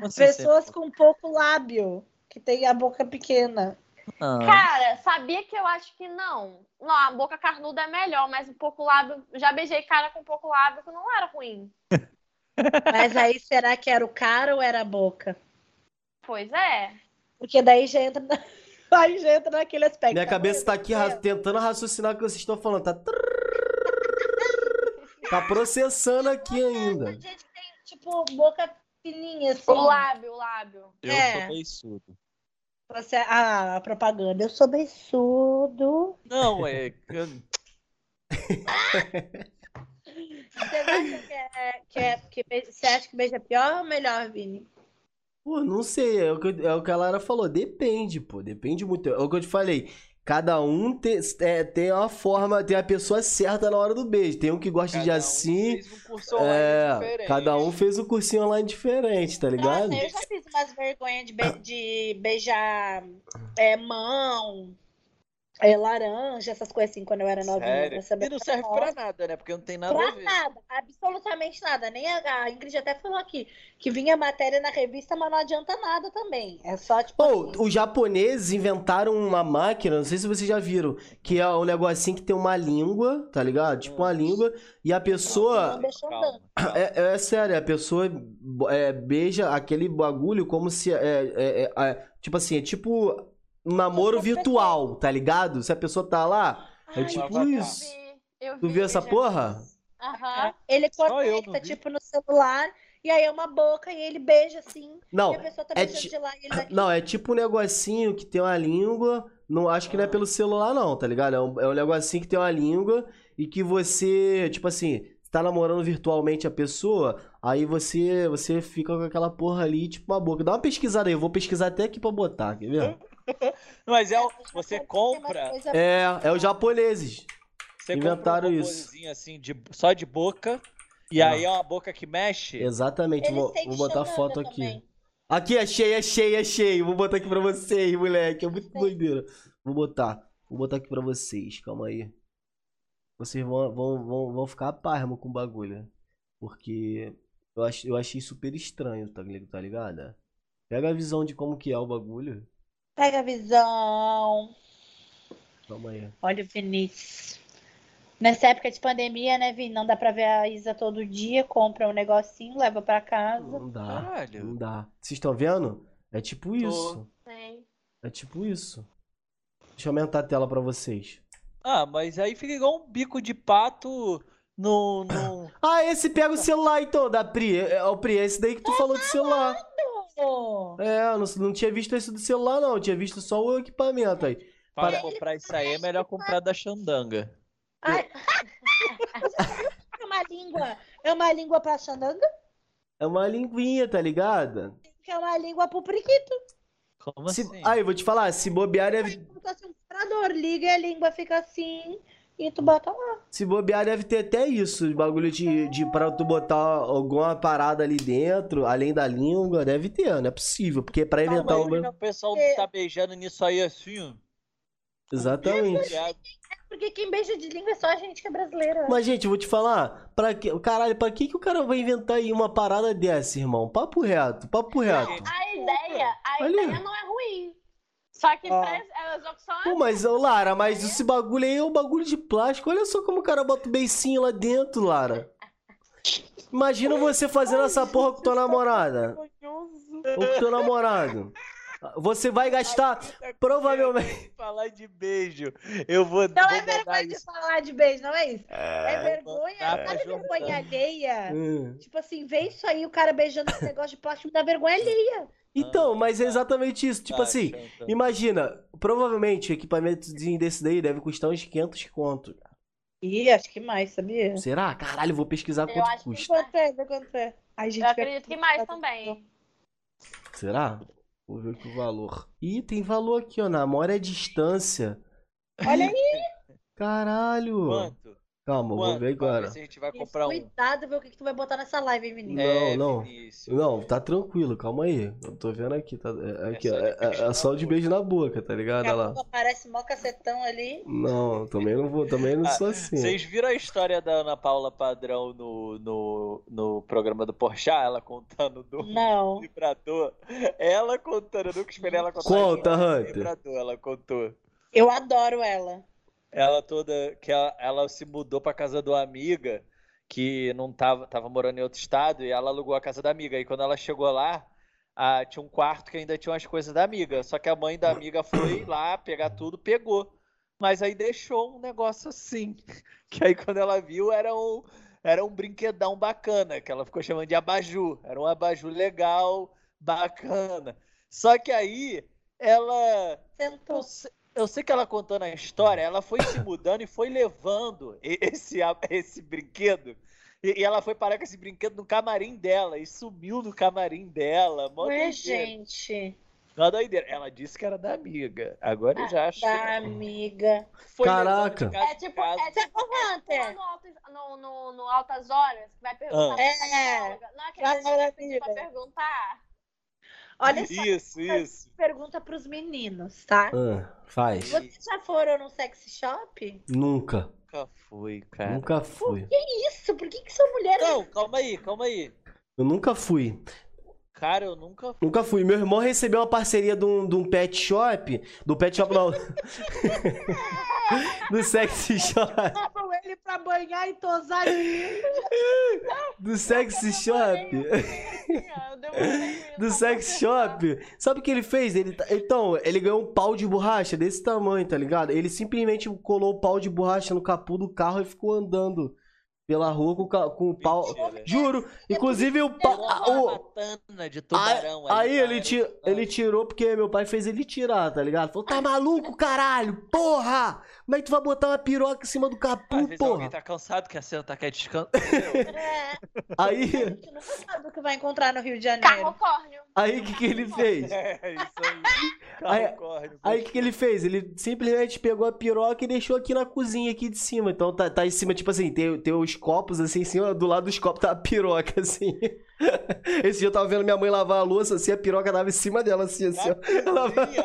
S2: Não sei se é-
S4: Pessoas com pouco lábio, que tem a boca pequena.
S2: Não.
S5: Cara, sabia que eu acho que não. Não, a boca carnuda é melhor, mas um pouco lábio. Já beijei cara com um pouco lábio que não era ruim.
S4: Mas aí será que era o cara ou era a boca?
S5: Pois é.
S4: Porque daí já entra, na... aí já entra naquele aspecto.
S3: Minha
S4: Tá
S3: cabeça
S4: vendo?
S3: tá aqui ra- tentando raciocinar o que vocês estão falando. Tá. trrr, Tá processando aqui
S4: A
S3: ainda.
S4: gente tem, tipo, boca fininha, assim.
S5: O lábio, o lábio.
S2: Eu
S4: é.
S2: sou beiçudo.
S4: Você... Ah, a propaganda. Eu sou beiçudo.
S2: Não, é. eu-
S4: Você acha que, é, que, é- que be- você acha que beija pior ou melhor, Vini?
S3: Pô, não sei. É o, que, eu- é o que a Lara falou. Depende, pô. Depende muito. É o que eu te falei. Cada um te- é, tem uma forma, tem a pessoa certa na hora do beijo. Tem um que gosta de
S2: Cada um
S3: assim.
S2: fez um curso online
S3: é,
S2: diferente.
S3: cada um fez um cursinho online diferente, tá ligado?
S4: Nossa, Ah, eu já fiz umas vergonhas de,
S3: Ah.
S4: be- de beijar é, mão, é, laranja, essas coisas assim, quando eu era novinha.
S2: Sério?
S4: pra saber-
S2: E não serve pra nada, né? Porque não tem nada
S4: Pra
S2: a ver.
S4: nada, absolutamente nada. Nem a, a Ingrid até falou aqui que vinha matéria na revista, mas não adianta nada também. É só tipo.
S3: Pô,
S4: assim,
S3: os japoneses inventaram uma máquina, não sei se vocês já viram, que é um negocinho que tem uma língua, tá ligado? Tipo uma língua, e a pessoa.
S4: Não deixou
S2: Calma,
S4: andando.
S2: calma.
S3: É, é sério, a pessoa é, beija aquele bagulho como se. é, é, é, é, tipo assim, é tipo um namoro virtual, tá ligado? Se a pessoa tá lá. É
S5: Ai,
S3: tipo
S5: eu vi,
S3: isso.
S5: Eu vi,
S3: Tu viu essa
S5: já-
S3: porra?
S5: Aham.
S4: Ele
S2: Só eu não
S4: conecta,
S2: vi.
S4: tipo, no celular, e aí é uma boca, e ele beija assim,
S3: Não,
S4: e a pessoa tá
S3: é
S4: beijando
S3: ti-
S4: de lá e ele daqui.
S3: Não, é tipo um negocinho que tem uma língua. Não, acho que não é pelo celular, não, tá ligado? É um, é um negocinho que tem uma língua e que você, tipo assim, tá namorando virtualmente a pessoa, aí você você fica com aquela porra ali, tipo uma boca. Dá uma pesquisada aí, eu vou pesquisar até aqui pra botar, quer ver?
S2: Mas é, o-
S4: Mas
S2: você
S4: tem umas
S2: compra.
S4: coisas-
S3: É, é os japoneses.
S2: Você
S3: Inventaram
S2: compra um
S3: isso.
S2: robôzinho assim, de, só de boca, E aí é uma boca que mexe.
S3: Exatamente,
S4: Ele
S3: vou,
S4: sempre
S3: vou botar
S4: chamando
S3: foto aqui.
S4: também.
S3: Aqui, é achei, achei, achei. Vou botar aqui pra vocês, moleque. É muito
S4: Sim.
S3: doideira. Vou botar. Vou botar aqui pra vocês, calma aí. Vocês vão, vão, vão, vão ficar a parma com o bagulho. Porque eu, ach, eu achei super estranho, tá, ligado? tá ligado? Pega a visão de como que é o bagulho.
S4: Pega a visão.
S3: Calma aí.
S4: Olha o Vinícius. Nessa época de pandemia, né, Vini? Não dá pra ver a Isa todo dia. Compra um negocinho, leva pra casa.
S3: Não dá, não
S2: Caralho.
S3: dá. Vocês estão vendo? É tipo isso.
S5: Sim.
S3: É tipo isso. Deixa eu aumentar a tela pra vocês.
S2: Ah, mas aí fica igual um bico de pato no. no...
S3: Ah, esse pega o celular então, da Pri. É, é o Pri, é esse daí que tu falou do celular.
S2: Hum.
S4: Pô,
S3: É, eu não, não tinha visto esse do celular, não. Eu tinha visto só o equipamento aí.
S2: Para
S3: Para-
S2: comprar isso aí é melhor comprar da Xandanga.
S4: Ah, É uma língua. É uma língua pra Xandanga,
S3: É uma linguinha, tá ligado?
S4: que é uma língua pro periquito.
S2: Como
S3: Se,
S2: assim?
S3: Aí, vou te falar, se bobear deve,
S4: Como se fosse um parador. Liga e a língua fica assim. E tu bota lá.
S3: se bobear deve ter até isso, de bagulho de, de pra tu botar alguma parada ali dentro, além da língua, deve ter, não é possível, porque pra
S2: Calma
S3: inventar
S2: aí,
S3: um...
S2: o pessoal
S4: É.
S2: tá beijando nisso aí assim, ó.
S3: Exatamente.
S4: Porque quem beija de língua é só a gente que é brasileira.
S3: Mas, gente, eu vou te falar, pra que, caralho, pra que que o cara vai inventar aí uma parada dessa, irmão? Papo reto, papo reto.
S5: A ideia, a
S3: Olha.
S5: ideia não é ruim. Só que
S4: Ó.
S5: pra elas só
S3: Pô, mas, ô, Lara, mas esse bagulho aí é um bagulho de plástico. Olha só como o cara bota o beicinho lá dentro, Lara. Imagina você fazendo essa porra com tua namorada. Ou com teu namorado. Você vai gastar. Provavelmente.
S2: Falar de beijo. Eu vou.
S4: Não
S2: vou
S4: é
S2: mandar
S4: vergonha de
S2: isso.
S4: falar de beijo, não é isso? É, vergonha,
S2: Dá pra
S4: sabe
S2: jogar.
S4: vergonha alheia?
S3: Hum.
S4: Tipo assim, vê isso aí, o cara beijando esse negócio de plástico, dá vergonha alheia.
S3: Então, mas é exatamente isso. Tipo
S2: Tá,
S3: assim,
S2: Xandanga.
S3: imagina, provavelmente o equipamento desse daí deve custar uns 500 conto.
S4: Ih, acho que mais, sabia?
S3: Será? Caralho, vou pesquisar
S5: Eu
S3: quanto
S5: acho que-
S3: custa.
S4: Quanto é, vê quanto é. Ai, gente,
S5: Eu acredito que mais também.
S3: Será? Vou ver aqui o valor. Ih, tem valor aqui, ó. Namora é distância.
S4: Olha aí,
S3: Caralho.
S2: Quanto?
S3: Calma, eu vou
S2: Quanto? é
S3: ver
S2: Pra
S3: agora.
S2: ver se a gente vai comprar um.
S4: cuidado ver o que, que tu vai botar nessa live, hein, menino.
S3: Não,
S2: É,
S3: não.
S2: Vinícius.
S3: Não, tá tranquilo, calma aí. Eu tô vendo aqui, tá, é,
S2: É
S3: aqui, ó,
S2: só de
S3: é,
S2: beijo
S3: é- é
S2: na
S3: só de
S2: boca.
S3: beijo na boca, tá ligado?
S4: Daqui a
S3: Olha lá.
S4: pouco aparece mó cacetão ali.
S3: Não, também não vou, também não
S2: Ah,
S3: sou assim.
S2: Vocês viram a história da Ana Paula Padrão no, no, no programa do Porchat? Ela contando do
S4: Não.
S2: vibrador. Ela contando, eu nunca esperei ela contar. isso,
S3: Conta,
S2: mas do
S3: Hunter.
S2: Vibrador, ela contou.
S4: Eu adoro ela.
S2: Ela toda, que ela, ela se mudou pra casa de uma amiga que não tava, tava morando em outro estado e ela alugou a casa da amiga. E quando ela chegou lá, ah, tinha um quarto que ainda tinha umas coisas da amiga. Só que a mãe da amiga foi lá pegar tudo, pegou. Mas aí deixou um negócio assim. Que aí quando ela viu, era um, era um brinquedão bacana, que ela ficou chamando de abajur. Era um abajur legal, bacana. Só que aí ela. Eu
S4: Sentou.
S2: se- Eu sei que ela contando a história, ela foi se mudando e foi levando e- esse, a- esse brinquedo. E, e ela foi parar com esse brinquedo no camarim dela e sumiu no camarim dela. Mó
S4: Ué,
S2: doideira.
S4: gente,
S2: Mó doideira. Ela disse que era da amiga. Agora eu já acho.
S4: da amiga.
S2: que foi
S3: Caraca.
S2: levando de casa
S5: É
S2: em
S5: tipo,
S2: casa.
S5: é Ah. tipo lá
S4: Hunter,
S5: no, altas- no, no, no Altas Horas, que vai perguntar. pra
S4: É. assim,
S5: psicóloga. Não é que
S4: Já
S5: eles
S4: era
S5: pedem pra
S4: vida.
S5: perguntar.
S4: olha só,
S2: Isso, isso.
S4: pergunta pros meninos, tá?
S3: Ah, faz.
S4: Vocês já foram num sex shop?
S3: Nunca.
S2: Nunca fui, cara.
S3: Nunca fui.
S4: Isso, por que que são mulheres?
S2: Não, calma aí, calma aí.
S3: Eu nunca fui.
S2: Cara, eu nunca fui.
S3: Nunca fui. Meu irmão recebeu uma parceria de um, de um pet shop. Do pet shop não. do sexy shop.
S4: Levam ele pra banhar e tosar ele.
S3: Do sexy shop.
S5: Eu um demorei
S3: do
S5: só
S3: sex
S5: pra perguntar.
S3: shop. Sabe o que ele fez? Ele, tá- então, ele ganhou um pau de borracha desse tamanho, tá ligado? Ele simplesmente colou o pau de borracha no capô do carro e ficou andando pela rua com, o ca- com o pau.
S2: Mentira.
S3: Juro, inclusive o pau.
S2: Tirou
S3: ah,
S2: uma
S3: o-
S2: batana de
S3: Aí,
S2: tubarão ali,
S3: aí ele,
S2: cara.
S3: ti- ele tirou porque meu pai fez ele tirar, tá ligado? Falou, tá maluco, caralho, porra! Como é que tu vai botar uma piroca em cima do
S2: Às
S3: capô,
S2: vezes alguém
S3: porra?
S2: tá cansado, quer sentar, quer descansar.
S4: É,
S3: Aí,
S4: a gente nunca sabe o que vai encontrar no Rio de Janeiro.
S5: Carro córneo.
S3: Aí o que, que ele fez?
S2: É isso aí. Carro corre.
S3: Aí o que, que ele fez? Ele simplesmente pegou a piroca e deixou aqui na cozinha, aqui de cima. Então tá, tá em cima, tipo assim, tem, tem os copos assim, em cima, do lado dos copos tá a piroca, assim. Esse dia eu tava vendo minha mãe lavar a louça, assim, a piroca tava em cima dela, assim, assim, ó.
S2: Na cozinha.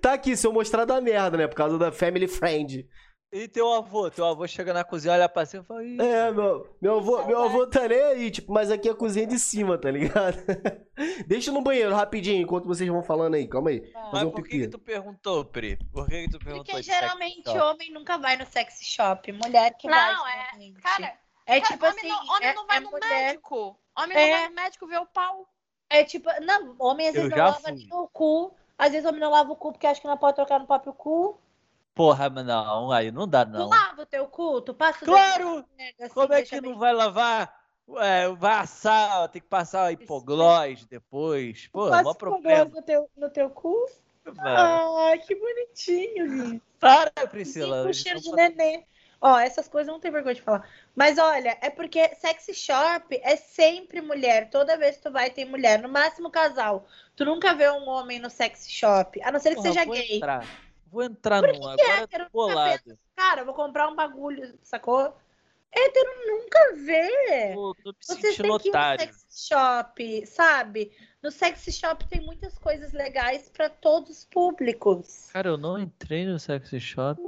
S3: Tá aqui, se eu mostrar da merda, né? Por causa da Family Friend.
S2: E teu avô? Teu avô chega na cozinha, olha pra cima e fala... "Ih,
S3: É, meu, meu avô, meu avô tá nem aí, tipo, mas aqui é a cozinha de cima, tá ligado? Deixa no banheiro rapidinho, enquanto vocês vão falando aí, calma aí.
S2: Mas
S3: Fazer um
S2: Ah, por que, que
S3: pipi.
S2: tu perguntou, Pri? Por que, que tu perguntou
S4: Porque
S2: de sexo
S4: geralmente
S2: sexual?
S4: homem nunca vai no sex shop. Mulher que vai.
S5: Não, é-
S4: geralmente.
S5: Cara,
S4: é
S5: cara,
S4: tipo
S5: homem,
S4: assim.
S5: não, homem
S4: é,
S5: não vai
S4: é
S5: no
S4: mulher-
S5: médico. Homem
S4: É.
S5: não vai no médico ver o pau.
S4: É tipo. Não, homem às vezes
S2: Eu
S4: não
S2: já
S4: lava
S2: fui.
S4: nem o cu. Às vezes homem não lava o cu porque acha que não pode trocar no próprio cu.
S2: Porra, mas não, aí não dá não.
S4: Tu lava o teu cu, tu passa o
S2: Claro!
S4: dedo, né, assim,
S2: Como é
S4: deixa
S2: que não
S4: bem-
S2: vai lavar? Ué, vai assar, tem que passar hipoglós depois. Pô, é
S4: Passa
S2: mó
S4: o dedo
S2: problema. É.
S4: No teu, no teu cu.
S2: mano.
S4: Ai, que bonitinho, lindo.
S2: Para,
S4: Sim,
S2: Priscila.
S4: com
S2: eles
S4: cheiro de
S2: são
S4: neném. Ó, essas coisas eu não tem vergonha de falar. Mas olha, é porque sexy shop é sempre mulher. Toda vez que tu vai, tem mulher. No máximo casal. Tu nunca vê um homem no sexy shop. A não ser que
S2: Porra, é.
S4: seja
S2: vou
S4: gay.
S2: Entrar. Vou entrar num, agora
S4: hétero
S2: tô
S4: nunca
S2: bolado.
S4: Cara, eu vou comprar um bagulho, sacou? Hétero nunca vê.
S2: Pô, tô me
S4: Vocês
S2: sentindo
S4: têm que ir no
S2: otário.
S4: sexy shop, sabe? No sexy shop tem muitas coisas legais pra todos os públicos.
S2: Cara, eu não entrei no sexy shop.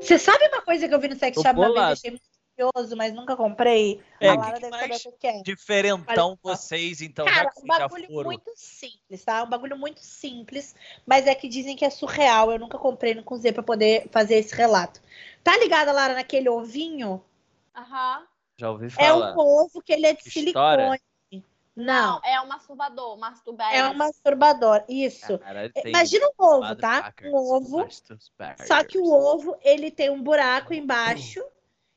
S4: Você sabe uma coisa que eu vi no sexy
S2: Tô
S4: shop uma vez?
S2: bolado.
S4: Eu achei muito curioso, mas nunca comprei.
S2: É,
S4: a
S2: que
S4: Lara
S2: que
S4: deve
S2: mais-
S4: saber o que é.
S2: Diferentão
S4: Olha
S2: vocês, então, já
S4: Cara,
S2: que
S4: um
S2: vocês já
S4: bagulho
S2: foram.
S4: muito simples, tá? Um bagulho muito simples, mas é que dizem que é surreal. Eu nunca comprei, não usei pra poder fazer esse relato. Tá ligada, Lara, naquele ovinho?
S5: Aham.
S2: Já ouvi
S4: É um
S2: falar.
S4: ovo que ele é de
S2: Que
S4: silicone.
S2: história?
S4: Não,
S5: É um masturbador, masturbado.
S4: é um masturbador. Isso.
S2: Caralho, Ah, tem
S4: Imagina um ovo, tá?
S2: motherfuckers,
S4: Um ovo.
S2: motherfuckers.
S4: Só que o ovo, ele tem um buraco embaixo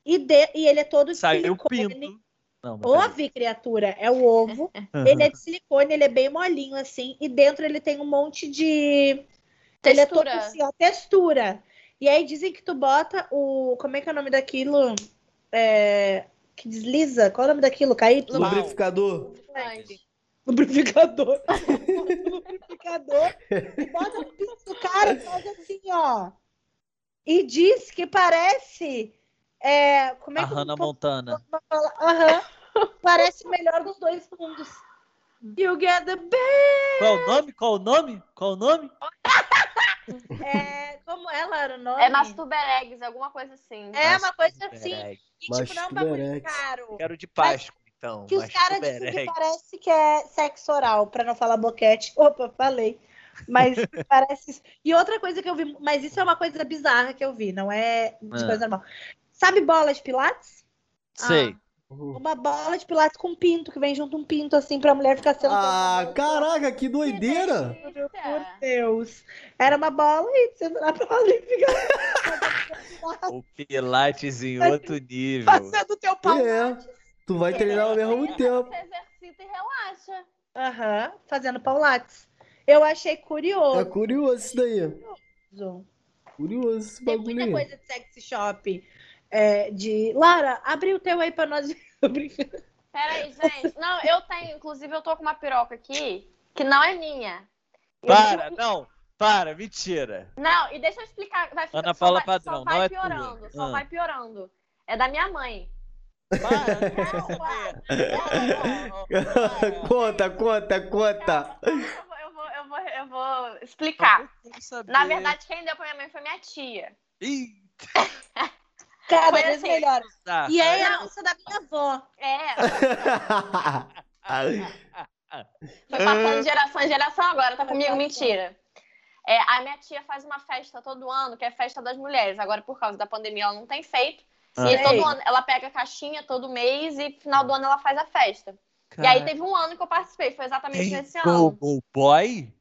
S4: e, de- e ele é todo de
S2: Saiu o
S4: silicone.
S2: pinto. Não, mas peraí.
S4: Ove, criatura, é o ovo. Ele é de silicone, ele é bem molinho assim, e dentro ele tem um monte de ele é todo
S5: Textura.
S4: assim, ó, textura. E aí dizem que tu bota o como é que é o nome daquilo? É, que desliza? Qual é o nome daquilo? KY?
S3: Lubrificador.
S4: Lubrificador. Bota o Lubrificador. E bota no pinto do cara e faz assim, ó. E diz que parece é, como é
S2: A
S4: que eu
S2: Hannah
S4: posso
S2: Montana.
S4: fala, aham, parece o melhor dos dois mundos. You get the best.
S2: Qual o nome? Qual o nome? Qual o nome?
S4: É, como ela era o nome?
S5: É masturberegs, alguma coisa assim.
S4: É uma coisa assim.
S2: Peraí,
S4: E, tipo, não é um bagulho
S3: Mastuberex.
S4: caro.
S2: Quero de Páscoa, então.
S4: Que os
S2: mas
S4: caras
S2: tudo
S4: dizem que
S2: bem.
S4: parece que é sexo oral, pra não falar boquete. Opa, falei. Mas parece isso. E outra coisa que eu vi, mas isso é uma coisa bizarra que eu vi, não é de
S2: Ah.
S4: coisa normal. Sabe bola de pilates?
S2: Sei.
S4: Uma bola de pilates com pinto, que vem junto um pinto, assim, pra mulher ficar
S2: tá
S4: sentada.
S3: Ah,
S4: na bola.
S3: caraca, que doideira!
S4: Meu Por Deus. Era uma bola e você lá pra bola e fica
S2: O Pilates em
S4: Mas-
S2: outro nível.
S4: passando o teo pau.
S3: É, tu vai treinar ao mesmo tempo.
S5: Você exercita e relaxa.
S4: Aham, fazendo paulates. Eu achei
S3: É
S4: curioso.
S3: curioso isso daí. Curioso esse
S4: Tem
S3: bagulho
S4: muita
S3: aí.
S4: coisa de sexy shop. é, de. Lara, abre o teu aí pra nós. Tô brincando.
S5: Peraí, gente. Não, eu tenho, inclusive, eu tô com uma piroca aqui que não é minha. E eu-
S2: Para, não. Para, mentira.
S5: Não, e deixa eu explicar. Vai ficar,
S2: Ana
S5: só
S2: Paula
S5: vai-
S2: Padrão,
S5: só vai
S2: não é tua.
S5: piorando, só
S2: Ah.
S5: vai piorando. É da minha mãe.
S2: Para, não quero
S5: Não,
S2: saber.
S5: para.
S4: é,
S2: Para,
S3: Conta, conta, conta.
S5: Eu vou, eu vou, eu vou, eu vou explicar.
S4: é.
S2: não quero saber.
S5: Na verdade, quem deu pra minha mãe foi minha tia.
S2: Ih,
S4: Cada
S5: Foi
S4: vez
S5: assim.
S4: melhor.
S2: tá.
S4: E aí, a moça da minha avó.
S5: É,
S3: Ai,
S5: Foi passando de geração em geração agora, tá comigo? Mentira. É, a minha tia faz uma festa todo ano, que é a festa das mulheres. Agora, por causa da pandemia, ela não tem feito.
S3: Ah,
S2: Ah.
S5: E
S4: Sei.
S5: todo ano ela pega a caixinha todo mês e final do ano ela faz a festa. E aí teve um ano que eu participei, foi exatamente
S2: Tem
S5: nesse
S2: Go
S5: ano.
S2: Go Boy?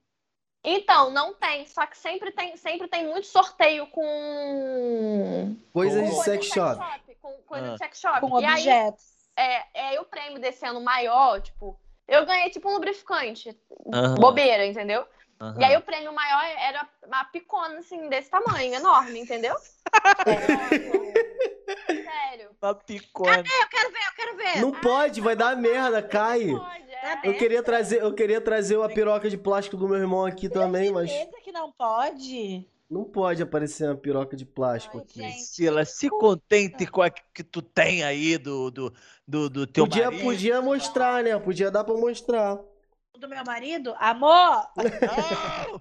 S5: Então, não tem, só que sempre tem, sempre tem muito sorteio com.
S3: Coisas de
S5: com coisa
S3: sex shop.
S5: Com coisa
S2: Ah.
S5: de sex shop.
S4: Com
S5: Tá e aí
S4: objetos.
S5: é, é, e o prêmio desse ano maior, tipo, eu ganhei tipo um lubrificante.
S2: Aham,
S5: Bobeira, entendeu?
S2: aham.
S5: E aí o prêmio maior era uma picona, assim, desse tamanho, enorme, entendeu? Sério.
S2: Uma picona.
S4: Eu quero ver, eu quero ver.
S3: Não pode, vai dar merda, cai.
S5: Não pode, Tá
S4: É.
S3: Eu queria trazer, eu queria trazer uma piroca de plástico do meu irmão aqui também, mas
S4: Certeza que não pode?
S3: não pode aparecer uma piroca de plástico
S4: Ai,
S3: aqui.
S4: gente.
S2: Priscila, se contente com a que tu tem aí do, do, do, do teu
S3: Podia,
S2: marido.
S3: podia mostrar, né? Podia dar pra mostrar.
S4: Do meu marido? Amor!
S2: Não!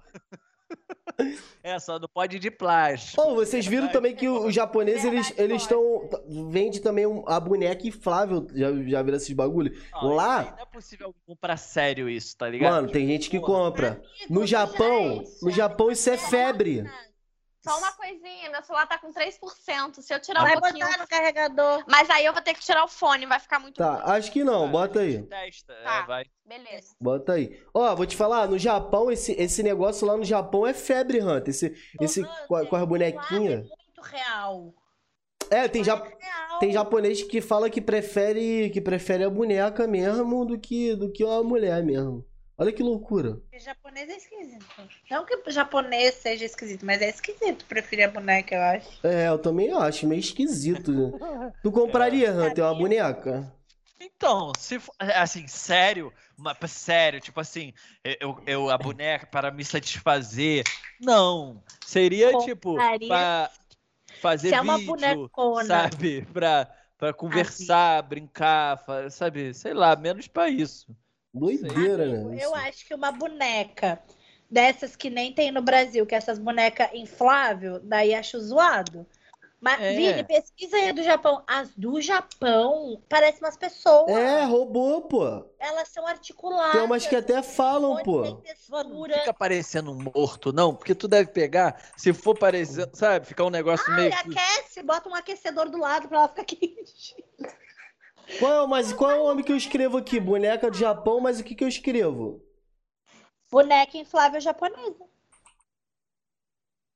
S2: É, só não pode ir de plástico.
S3: Oh, vocês viram também que o- os japoneses, eles
S5: Verdade,
S3: eles estão... Vende também um- a boneca inflável. Já, já viram esses bagulho?
S2: Não, isso
S3: lá-
S2: aí Não é possível comprar sério isso, tá ligado?
S3: Mano, tem gente que
S2: Porra.
S3: compra. No Japão,
S5: gente,
S3: no Japão isso é febre.
S5: Só uma coisinha, meu celular tá com 3%. Se eu tirar
S4: Vai
S5: um pouquinho.
S4: botar no carregador.
S5: Mas aí eu vou ter que tirar o fone, vai ficar muito.
S3: Tá, acho que não. Bota aí.
S2: Tipo, Testa, é,
S5: Tá.
S2: vai.
S5: Beleza.
S3: Bota aí. Ó, vou te falar, no Japão, esse, esse negócio lá no Japão é febre, Hunter. Esse, esse
S4: Hunter,
S3: com, a- com as bonequinhas.
S4: Claro, é muito real.
S3: É, tem, ja,
S4: Real.
S3: tem japonês que fala que prefere, que prefere a boneca mesmo do que, do que a mulher mesmo. Olha que loucura.
S4: Porque japonês é esquisito. Não que japonês seja esquisito, mas é esquisito preferir a boneca, eu acho.
S3: É, eu também acho meio esquisito. né? Tu compraria, Hunter, uma boneca?
S2: Então, se fo- assim, sério, uma- sério, tipo assim, eu, eu a boneca para me satisfazer. Não, seria tipo
S4: Compraria.
S2: pra fazer
S4: Se é uma
S2: vídeo,
S4: bonecona. Assim.
S2: sabe, pra para conversar, brincar, fa- sabe, sei lá, menos pra isso.
S3: Doideira,
S4: Amigo,
S3: né?
S4: Eu
S3: Isso.
S4: acho que uma boneca dessas que nem tem no Brasil, que é essas bonecas inflável, daí acho zoado. Mas,
S2: É.
S4: Vini, pesquisa aí do Japão. As do Japão parecem umas pessoas.
S3: É, robô, pô.
S4: Elas são articuladas.
S3: Tem umas que até falam,
S4: onde
S3: pô.
S4: Tem textura.
S2: Fica parecendo um morto, não, porque tu deve pegar, se for parecendo, sabe, ficar um negócio meio
S4: Ele aquece, bota um aquecedor do lado pra ela ficar quente.
S3: Qual é, o- mas qual é o nome que eu
S4: né?
S3: escrevo aqui? Boneca do Japão, mas o que que eu escrevo?
S4: Boneca inflável japonesa.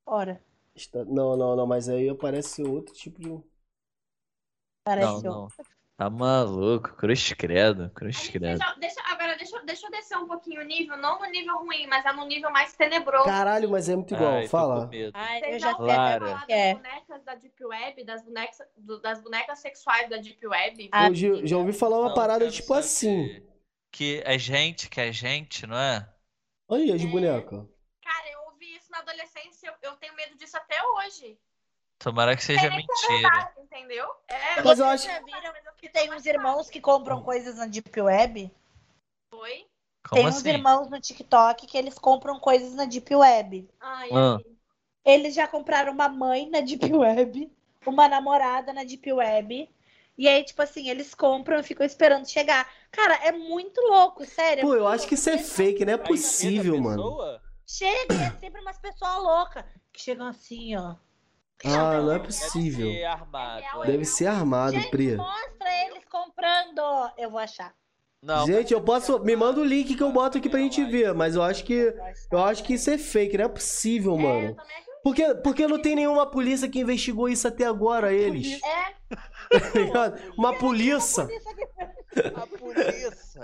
S4: Ora,
S3: Está- Não, não, não, mas aí aparece outro tipo de.
S2: Não,
S4: parece
S2: não. Tá maluco, cruz credo, cruz credo.
S5: Deixa, deixa- agora deixa, eu- deixa eu descer um pouquinho o nível, não no nível ruim, mas é no nível mais tenebroso.
S3: Caralho, mas é muito igual,
S2: Ai, tô com
S3: fala.
S2: medo.
S4: Ai, eu
S5: Vocês
S4: já
S5: já
S4: sei.
S2: Claro.
S5: ouviram falar
S4: É.
S5: das bonecas da Deep Web, das bonecas, do- das bonecas sexuais da Deep Web?
S4: Ah,
S3: Eu já, já ouvi falar uma
S2: Não
S3: parada
S2: quero
S3: tipo
S2: saber.
S3: assim.
S2: Que é gente, que é gente, não é?
S3: Olha aí as bonecas.
S5: Cara, eu ouvi isso na adolescência, eu, eu tenho medo disso até hoje.
S2: Tomara que seja mentira.
S5: Entendeu? É,
S2: Tá.
S3: Mas eu
S4: Vocês
S3: acho-
S4: já viram que tem uns irmãos que compram coisas na Deep Web?
S5: Foi?
S2: Hum. Como
S4: tem uns
S2: assim?
S4: irmãos no TikTok que eles compram coisas na Deep Web.
S5: Ai,
S2: Ah.
S5: ai.
S4: Eles já compraram uma mãe na Deep Web, uma namorada na Deep Web. E aí, tipo assim, eles compram e ficam esperando chegar. Cara, é muito louco, sério.
S3: Pô, eu acho que isso é fake, não é possível, mano.
S4: Chega, e é sempre umas pessoas loucas que chegam assim, ó.
S3: Ah, não é
S2: Possível.
S3: possível.
S2: Deve ser armado.
S5: Deve-
S3: Deve ser armado,
S4: Gente,
S3: Pri.
S4: mostra eles comprando. Eu vou achar.
S2: Não,
S3: Gente, eu posso. Me manda o link que eu boto aqui pra gente ver, mas eu acho que.
S4: Eu vou achar.
S3: Eu acho que isso é fake, não é possível,
S5: É, eu
S3: mano.
S5: também acredito.
S3: Porque, porque não tem nenhuma polícia que investigou isso até agora, eles.
S5: É,
S3: Tá ligado? Uma polícia.
S2: a polícia.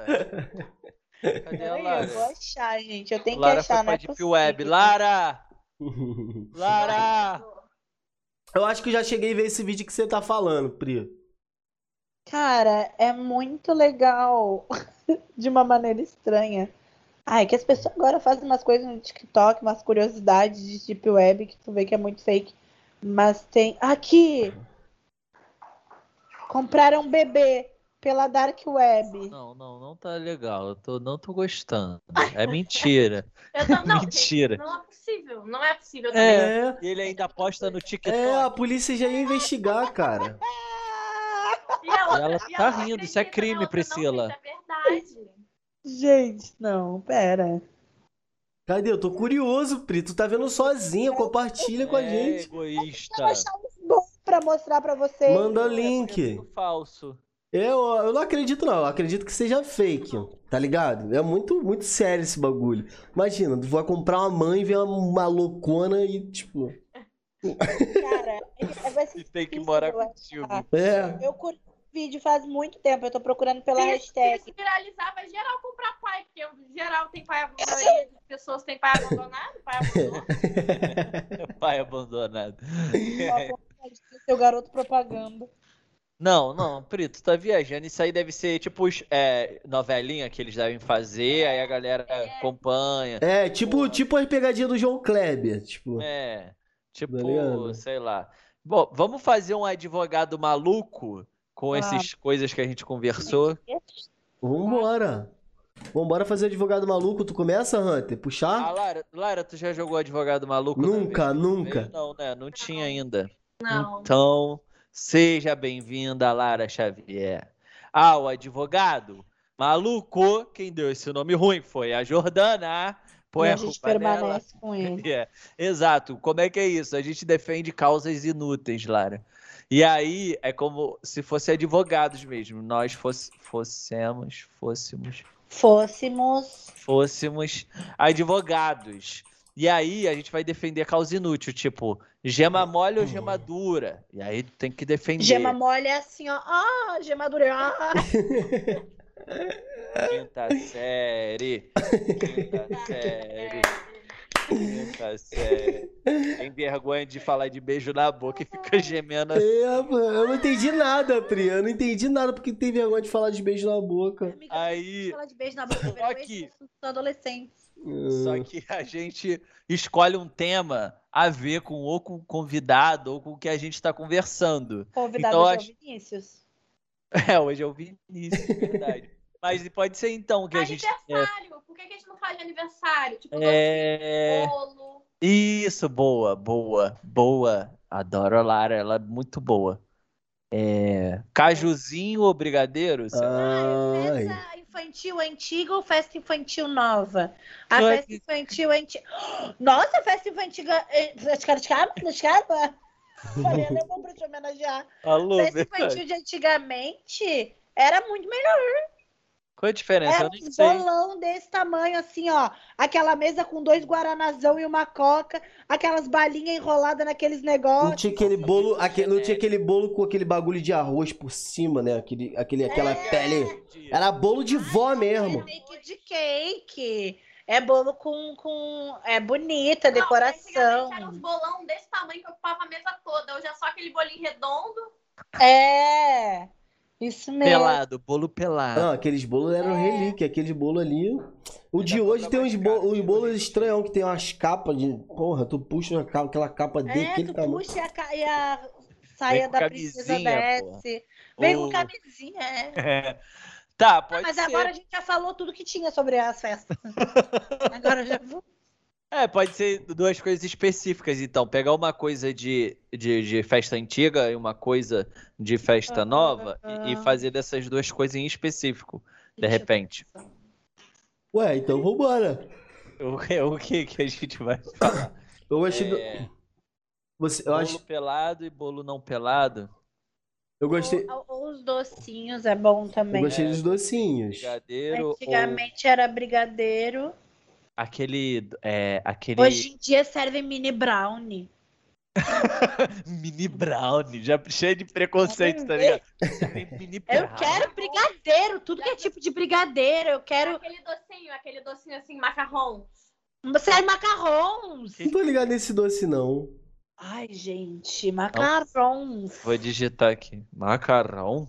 S2: é Cadê a
S4: Peraí, Eu vou
S2: Lara?
S4: achar, gente. Eu tenho que
S2: Lara
S4: achar,
S2: foi
S4: não
S2: pra
S4: é
S2: Deep
S4: possível.
S2: Web. Lara! Lara!
S3: Eu acho que eu já cheguei a ver esse vídeo que você tá falando, Pri.
S4: Cara, é muito legal. De uma maneira estranha. Ai, que as pessoas agora fazem umas coisas no TikTok, umas curiosidades de Deep Web que tu vê que é muito fake. Mas tem. Aqui! Compraram um bebê pela Dark Web.
S2: Não, não, não tá legal. Eu tô, não tô gostando. É mentira.
S5: eu tam- não, gente,
S2: mentira.
S5: não é possível, não é possível.
S2: É.
S5: também.
S3: É,
S2: E ele ainda posta no TikTok.
S3: é, a polícia já ia investigar, cara.
S5: E a outra-
S2: Ela
S5: e a
S2: tá
S5: outra
S2: rindo, isso é
S5: acredita, né?
S2: crime,
S5: não, outra não,
S2: Priscila.
S5: Isso é verdade.
S4: Gente, não, pera.
S3: Cadê? Eu tô curioso, Pri. Tu tá vendo sozinha, compartilha com a
S2: É
S3: gente.
S4: Eu
S2: egoísta.
S4: vou achar uns bons pra mostrar pra vocês.
S3: Manda
S2: É, porque é
S3: link.
S2: tudo falso.
S3: Eu, eu não acredito, não. Eu acredito que seja fake, tá ligado? É muito, muito sério esse bagulho. Imagina, tu vai comprar uma mãe, vem uma malucona e, tipo.
S4: Cara, é- vai ser
S2: E tem que
S4: difícil
S2: morar
S4: eu achar.
S2: contigo.
S3: É.
S4: Eu curto vídeo faz muito tempo, eu tô procurando pela
S5: se, isso- se
S4: hashtag.
S5: isso viralizar, vai geral comprar pai, porque geral tem pai abandonado, a maioria das pessoas tem pai abandonado, pai abandonado.
S2: Pai abandonado.
S4: Uma oportunidade de ser o garoto propaganda.
S2: Não, não, Pri, tu tá viajando. Isso aí deve ser tipo os, é, novelinha que eles devem fazer, aí a galera acompanha.
S3: É, tipo, tipo as pegadinhas do João Kleber. Tipo,
S2: É,
S3: Tá
S2: tipo,
S3: ligado?
S2: sei lá. Bom, vamos fazer um advogado maluco com essas coisas que a gente conversou?
S3: vambora. Vambora fazer advogado maluco. Tu começa, Hunter?
S2: Ah,
S3: Puxar?
S2: Lara, Lara, tu já jogou advogado maluco? na
S3: nunca,
S2: vida?
S3: nunca.
S2: Não, né? Não tinha ainda.
S4: Não.
S2: Então, seja bem-vinda, Lara Xavier, ao advogado maluco. Quem deu esse nome ruim foi a Jordana. Põe
S1: e
S2: a,
S1: a gente
S2: culpa nela.
S1: permanece com ele.
S2: É, Exato. Como é que é isso? A gente defende causas inúteis, Lara. E aí é como se fossem advogados mesmo. Nós fosse, fossemos, fôssemos,
S1: Fôssemos.
S2: fôssemos advogados. E aí a gente vai defender causa inútil, tipo gema mole ou gema dura. E aí tu tem que defender.
S4: Gema mole é assim, ó. Ah, gema dura. Ah,
S2: Quinta série. Quinta série. Quinta série. Tem vergonha de falar de beijo na boca e fica gemendo assim.
S3: É, mano, eu não entendi nada, Pri. Eu não entendi nada porque tem vergonha de falar de beijo na boca.
S4: amiga,
S2: Aí,
S4: fala de beijo na boca.
S2: Só
S4: primeira
S2: que-
S4: vez que eu sou adolescente.
S3: Uhum.
S2: só que a gente escolhe um tema a ver com ou com o convidado ou com o que a gente está conversando.
S1: Convidado
S2: Então,
S1: João
S2: acho-
S1: Vinícius.
S2: É, hoje eu vi isso, é verdade. Mas pode ser então que a gente. É,
S5: Aniversário! Por que, que a gente não faz de aniversário? Tipo,
S2: é...
S5: docinho, bolo.
S2: Isso, boa, boa, boa. Adoro a Lara, ela é muito boa. É, Cajuzinho ou brigadeiro? sei
S3: Ah.
S2: lá.
S3: Ai.
S4: Festa infantil antiga ou festa infantil nova? A
S2: Só
S4: festa
S2: que-
S4: infantil antiga. Nossa, a festa infantil. eh, praticava- praticava? Falei, eu vou pra te homenagear.
S2: Alô,
S4: Festa
S2: verdade.
S4: infantil de antigamente era muito melhor.
S2: Qual a diferença?
S4: Era
S2: É, Eu nem
S4: uns
S2: sei.
S4: bolão desse tamanho, assim, ó. Aquela mesa com dois guaranazão e uma coca, aquelas balinhas enroladas naqueles
S3: Não
S4: negócios.
S3: tinha aquele bolo, aquele, não tinha aquele bolo com aquele bagulho de arroz por cima, né? Aquele, aquele, aquela
S4: É.
S3: pele. Era bolo de
S4: Ah,
S3: vó mesmo.
S4: Cake de cake. É bolo com. com... É bonita,
S5: Não,
S4: decoração.
S5: antigamente Era uns bolão desse tamanho que ocupava a mesa toda. Hoje é só aquele bolinho redondo.
S4: É, isso mesmo.
S2: Pelado, bolo pelado.
S3: Não, aqueles bolos eram
S4: É.
S3: relíquia, aqueles bolos ali. O de hoje tem uns bolos,
S2: né?
S3: uns bolos estranhão que tem umas capas de. Porra, tu puxa uma capa- aquela capa dele,
S4: É,
S3: aquele
S4: tu
S3: tamanho.
S4: puxa e a, ca- e a saia
S2: com
S4: da princesa
S2: camisinha, pô.
S4: desce. Vem
S2: Ou-
S4: com camisinha, é.
S2: Tá, pode
S4: Mas
S2: ser.
S4: agora a gente já falou tudo que tinha sobre as festas. agora já vou.
S2: É, pode ser duas coisas específicas, então. Pegar uma coisa de, de, de festa antiga e uma coisa de
S4: Ah.
S2: festa nova e, e fazer dessas duas coisas em específico, de repente.
S3: Ué, então vambora.
S2: O, é o que que a gente vai
S3: Eu achei. do-
S2: É,
S3: Você, eu,
S2: bolo
S3: acho,
S2: pelado e bolo não pelado.
S3: eu gostei.
S4: Ou, ou os docinhos é bom
S3: Eu
S4: também.
S3: gostei
S2: É.
S3: dos docinhos.
S2: Brigadeiro ou
S4: Antigamente era brigadeiro.
S2: aquele. É, aquele
S4: Hoje em dia serve mini brownie.
S2: mini brownie, já cheio de preconceito, tá ligado? Você tem mini
S4: Eu
S3: Ah.
S2: brownie.
S4: quero brigadeiro, tudo que é tipo de brigadeiro. Eu quero.
S5: Aquele docinho, aquele docinho assim, macarrão.
S4: Serve macarrons.
S3: Não tô ligado nesse doce, não.
S4: Ai, gente, macarons.
S2: Vou digitar aqui. Macarrão?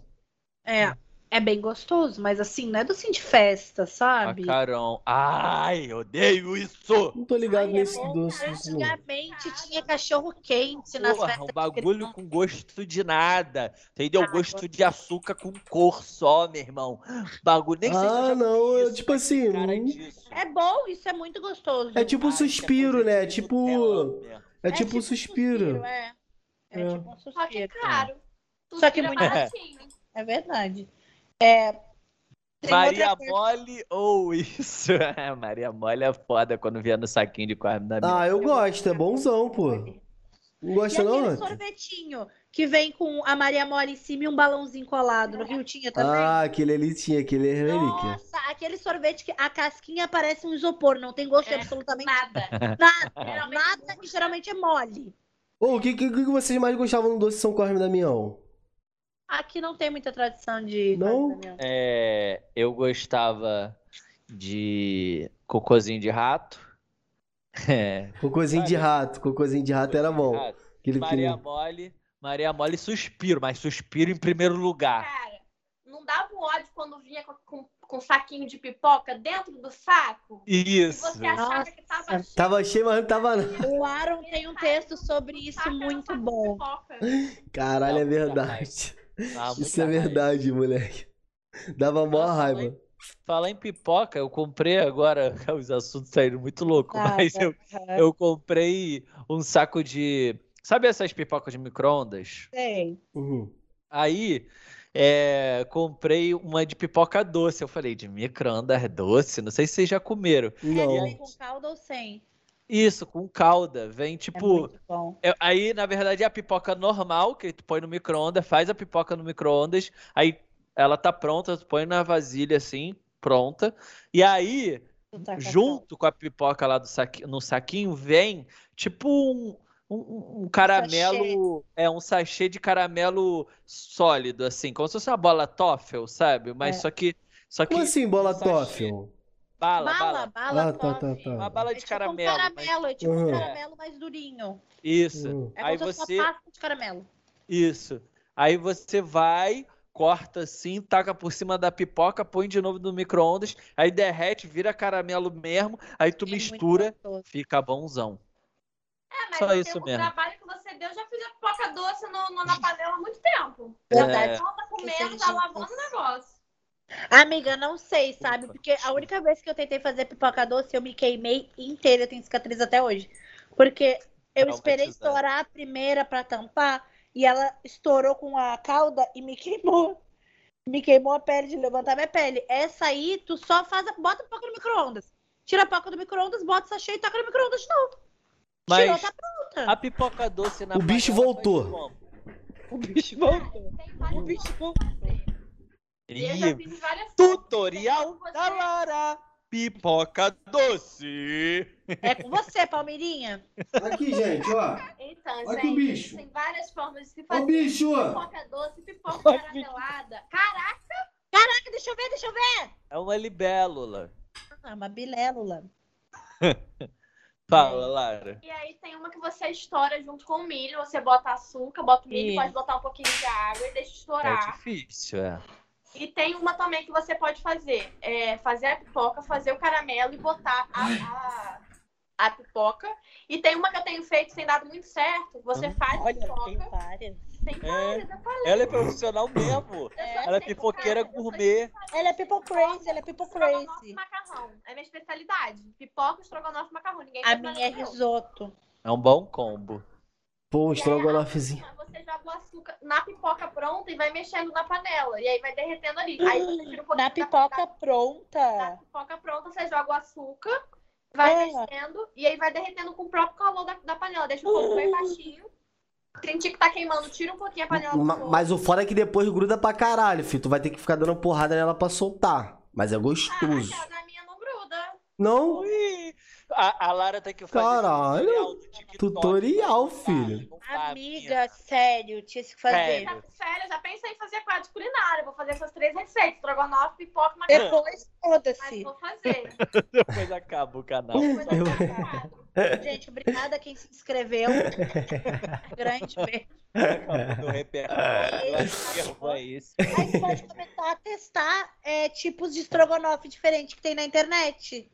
S4: É, é bem gostoso, mas assim, não é docinho de festa, sabe?
S2: Macarão. Ai, odeio isso!
S3: Não tô ligado
S4: Ai, é
S3: nesse
S4: bom,
S3: doce,
S4: cara,
S3: não.
S4: Antigamente tinha cachorro quente nas
S2: Porra,
S4: festas.
S2: um
S4: de
S2: bagulho
S4: criança.
S2: com gosto de nada. Entendeu?
S4: Ah,
S2: Gosto de açúcar com cor só, meu irmão. Bagulho nem sei se eu
S3: Ah,
S2: já
S3: não,
S2: vi
S3: eu,
S2: isso,
S3: tipo
S2: mas tem
S3: assim,
S2: cara
S3: hum.
S2: disso.
S4: É bom, isso é muito gostoso.
S3: É tipo
S2: Ah,
S3: um
S2: isso é
S3: suspiro,
S2: coisa
S3: né?
S2: de
S3: Tipo.
S2: Nutella, né?
S3: É tipo um suspiro.
S4: É, é,
S3: É.
S4: tipo um
S5: Só que é
S4: suspiro.
S5: caro. Tudo
S4: Só que
S5: vira
S4: muito-
S5: baratinho.
S4: É verdade. É. Tem
S2: Maria
S4: outra coisa-
S2: Mole ou isso? É, Maria Mole é foda quando vier no saquinho de carne da minha.
S3: Ah, eu gosto, é bonzão, pô. Não
S4: E
S3: gosta não,
S4: aquele
S3: Anta?
S4: sorvetinho que vem com a Maria Mole em cima e um balãozinho colado. No Rio tinha também.
S3: Ah, aquele ali tinha, aquele é relíquia.
S4: Nossa, aquele sorvete que a casquinha parece um isopor, não tem gosto de absolutamente
S5: Nada.
S4: nada.
S5: Geralmente
S4: Nada que geralmente é mole.
S3: Ô, o que, que, que vocês mais gostavam no doce São Cosme e Damião?
S4: Aqui não tem muita tradição de.
S3: Não?
S4: festa, né?
S2: É, eu gostava de cocôzinho de rato. É,
S3: Cocôzinho de rato, cocôzinho de rato era bom.
S2: rato.
S3: Aquele
S2: Ah, Maria
S3: que...
S2: Mole Maria Mole suspiro, mas suspiro em primeiro lugar.
S5: Cara, não dava um ódio quando vinha com, com, com um saquinho de pipoca dentro do saco? E
S2: Isso.
S5: você achava
S4: Nossa.
S5: que
S2: Tá.
S5: tava cheio.
S3: Tava cheio, mas não tava não.
S4: O Aaron tem um texto sobre isso
S5: Saco era um
S4: muito
S5: saco de
S4: bom.
S5: pipoca.
S3: Caralho, é
S2: Dava muita
S3: verdade.
S2: Ah,
S3: Isso
S2: muita
S3: é
S2: raiva.
S3: verdade, moleque. Dava mó
S2: Nossa,
S3: raiva.
S2: Falar em pipoca, eu comprei agora. Os assuntos saíram muito louco,
S4: Tá,
S2: mas eu, eu comprei um saco de. Sabe essas pipocas de micro-ondas?
S4: Sei.
S3: Uhum.
S2: Aí é, comprei uma de pipoca doce. Eu falei, de micro-ondas é doce? Não sei se vocês já comeram.
S3: Não.
S4: Com calda ou sem?
S2: Isso, com calda. Vem
S4: É
S2: tipo.
S4: muito bom.
S2: É, Aí, na verdade, é a pipoca normal, que tu põe no micro-ondas, faz a pipoca no micro-ondas, aí ela tá pronta, tu põe na vasilha assim, pronta. E aí,
S4: Tu tá com
S2: junto com a pipoca lá do saqui- no saquinho, vem tipo um, um- um caramelo. É um sachê de caramelo sólido, assim, como se fosse uma bola toffel, sabe? Mas
S4: É.
S2: só que. Só que
S3: Como assim, bola
S2: sachê.
S3: Toffel?
S2: Bala,
S4: Bala,
S2: bala.
S4: bala,
S3: Ah, tá, tá,
S4: top.
S3: tá.
S2: Uma bala
S4: É
S2: de
S4: tipo um
S2: caramelo. mas-
S4: caramelo, é tipo um
S3: Uhum.
S4: caramelo mais durinho.
S2: Isso.
S3: Uhum.
S4: É
S2: Aí
S4: como se fosse
S2: você-
S4: uma pasta de caramelo. É
S2: Isso. Aí você vai, corta assim, taca por cima da pipoca, põe de novo no micro-ondas, aí derrete, vira caramelo mesmo, aí tu
S4: É muito
S2: mistura,
S4: gostoso.
S2: fica bonzão.
S5: É, mas
S2: Só
S5: eu
S2: isso
S5: tenho
S2: mesmo.
S5: o trabalho que você deu, eu já fiz a pipoca doce no, no- na panela há muito tempo.
S2: É.
S4: Verdade.
S5: Então, tá comendo,
S4: Esse é
S5: tá lavando o negócio.
S4: Amiga, não sei, sabe?
S2: Opa.
S4: Porque a única vez que eu tentei fazer pipoca doce, eu me queimei inteira, eu tenho cicatriz até hoje. Porque eu
S2: Tá
S4: esperei
S2: Traumatizada.
S4: estourar a primeira pra tampar e ela estourou com a cauda e me queimou. Me queimou a pele de levantar minha pele. Essa aí, tu só faz a... bota a pipoca no micro-ondas. Tira a pipoca do micro-ondas, bota o sachê e toca no micro-ondas de novo. Tirou,
S2: Mas
S4: tá
S2: a pipoca doce na
S3: O bicho
S2: panela
S3: voltou.
S2: faz como?
S1: O bicho voltou.
S5: Tem
S1: O
S5: várias
S1: bicho voltou.
S5: E eu já
S2: Ih,
S5: fiz várias
S2: tutorial
S5: Você-
S2: da Lara. Pipoca doce.
S4: É com você, Palmeirinha.
S3: Aqui, gente, ó.
S5: Então,
S3: Olha que
S5: gente,
S3: o bicho.
S5: tem várias formas de se
S3: Ó o
S5: fazer.
S3: bicho!
S5: Pipoca doce, pipoca caramelada. Caraca,
S4: Caraca, deixa eu ver, deixa eu ver.
S2: É uma libélula.
S4: Ah, uma bilélula.
S2: Fala, Lara.
S5: e aí tem uma que você estoura junto com o milho. Você bota açúcar, bota o milho,
S4: Isso.
S5: pode botar um pouquinho de água e deixa
S1: Tá.
S2: É
S5: estourar.
S2: difícil, é.
S5: E tem uma também que você pode fazer. É fazer a pipoca, fazer o caramelo e botar a, a, a pipoca. E tem uma que eu tenho feito que tem dado muito certo. Você faz a
S1: Olha,
S5: pipoca.
S1: tem várias.
S5: Tem várias, eu falei.
S2: Ela é profissional mesmo.
S5: eu sou
S2: Ela é
S5: sempre
S2: pipoqueira
S5: focada, eu sou
S2: gourmet.
S4: Ela é people crazy, ela é people
S5: Estrogonofe e
S4: crazy.
S5: macarrão. É minha especialidade. Pipoca, estrogonofe e macarrão. Ninguém
S4: A
S5: faz
S4: minha é
S5: melhor que eu.
S4: risoto.
S2: É um bom combo.
S3: Pô, um
S5: E aí,
S3: estrogonofezinho.
S5: a- Ah, Você joga o açúcar na pipoca pronta e vai mexendo na panela. E aí vai derretendo ali. Aí você tira um pouquinho
S4: Na
S5: da-
S4: pipoca
S5: Da, da
S4: pronta.
S5: pipoca pronta, você joga o açúcar, vai
S4: É.
S5: mexendo e aí vai derretendo com o próprio calor da, da panela. Deixa o fogo bem
S4: Uhum.
S5: baixinho. Sentir que tá queimando, tira um pouquinho a panela do
S3: Ma-
S5: fogo.
S3: Mas o foda é que depois gruda pra caralho, filho. Tu vai ter que ficar dando porrada nela pra soltar. Mas é gostoso.
S5: Ah, na minha não gruda.
S3: Não?
S2: Ui! A, a Lara tem que fazer
S3: Caralho!
S2: tutorial do TikTok.
S3: Tutorial, filho.
S2: Não sabe,
S4: Amiga, sério, tinha que fazer.
S2: Sério.
S5: Tá com férias, já pensei em fazer quadro de culinária. Vou fazer essas três receitas: estrogonofe, pipoca, macarrão.
S4: Depois,
S5: Mas
S4: foda-se.
S5: vou fazer.
S2: Depois acaba o canal.
S5: Depois eu faço o quadro.
S4: Gente, obrigada a quem se inscreveu. Grande beijo.
S2: Acabou do repertório. Eu acho que errou é isso.
S4: Aí você pode começar a testar é, tipos de estrogonofe diferente que tem na internet.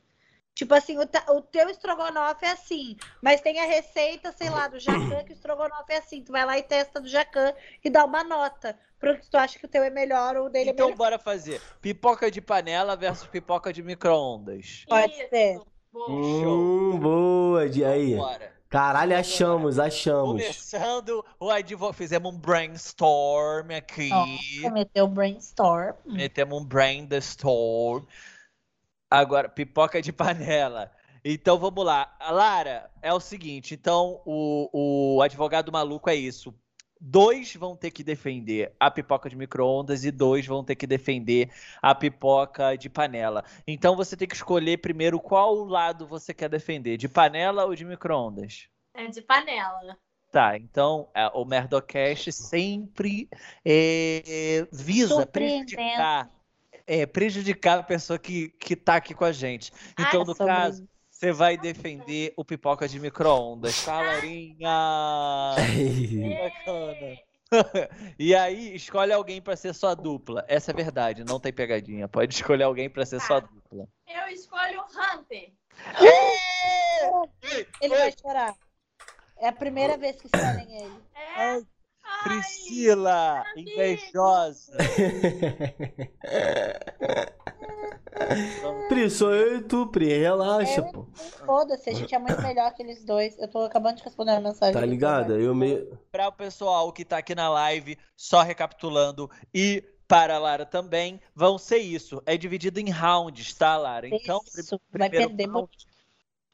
S4: Tipo assim, o, ta- o teu estrogonofe é assim, mas tem a receita, sei lá, do Jacan, que o estrogonofe é assim. Tu vai lá e testa do Jacan e dá uma nota. Pro que tu acha que o teu é melhor ou o dele é
S2: Então
S4: melhor.
S2: bora fazer. Pipoca de panela versus pipoca de micro-ondas.
S4: Pode
S5: Isso.
S4: ser.
S5: Boa.
S3: Hum, boa, de aí.
S2: Bora.
S3: Caralho, achamos, achamos.
S2: Começando o advogado. Fizemos um brainstorm aqui.
S4: Nossa, meteu brainstorm.
S2: Metemos um brainstorm. Agora, pipoca de panela. Então vamos lá. A Lara, é o seguinte: então o, o advogado maluco é isso. Dois vão ter que defender a pipoca de micro-ondas e dois vão ter que defender a pipoca de panela. Então você tem que escolher primeiro qual lado você quer defender: de panela ou de micro-ondas?
S5: É de panela.
S2: Tá, então é, o Merdocast sempre é, é, visa
S4: Surpreendendo.
S2: prejudicar, é, prejudicar a pessoa que, que tá aqui com a gente. Então,
S5: Ah,
S2: no
S4: sobre
S2: caso, Você vai defender o pipoca de micro-ondas, tá, Laurinha? Bacana. E aí, escolhe alguém pra ser sua dupla. Essa é verdade, não tem pegadinha. Pode escolher alguém pra ser
S4: Tá.
S2: sua dupla.
S5: Eu escolho o Hunter.
S4: Ele vai chorar. É a primeira vez que escolhem ele.
S5: É.
S2: Ai, Priscila, invejosa.
S3: Pri, sou eu e tu, Pri. Relaxa, pô.
S4: Foda-se, a gente é muito melhor que eles dois. Eu tô acabando de responder a mensagem.
S3: Tá
S4: dele,
S3: ligado?
S4: cara.
S3: Eu meio.
S2: Para o pessoal que tá aqui na live, só recapitulando, e para a Lara também, vão ser isso. É dividido em rounds, tá, Lara? Então,
S4: Isso,
S2: prim-
S4: vai
S2: primeiro
S4: perder
S2: round,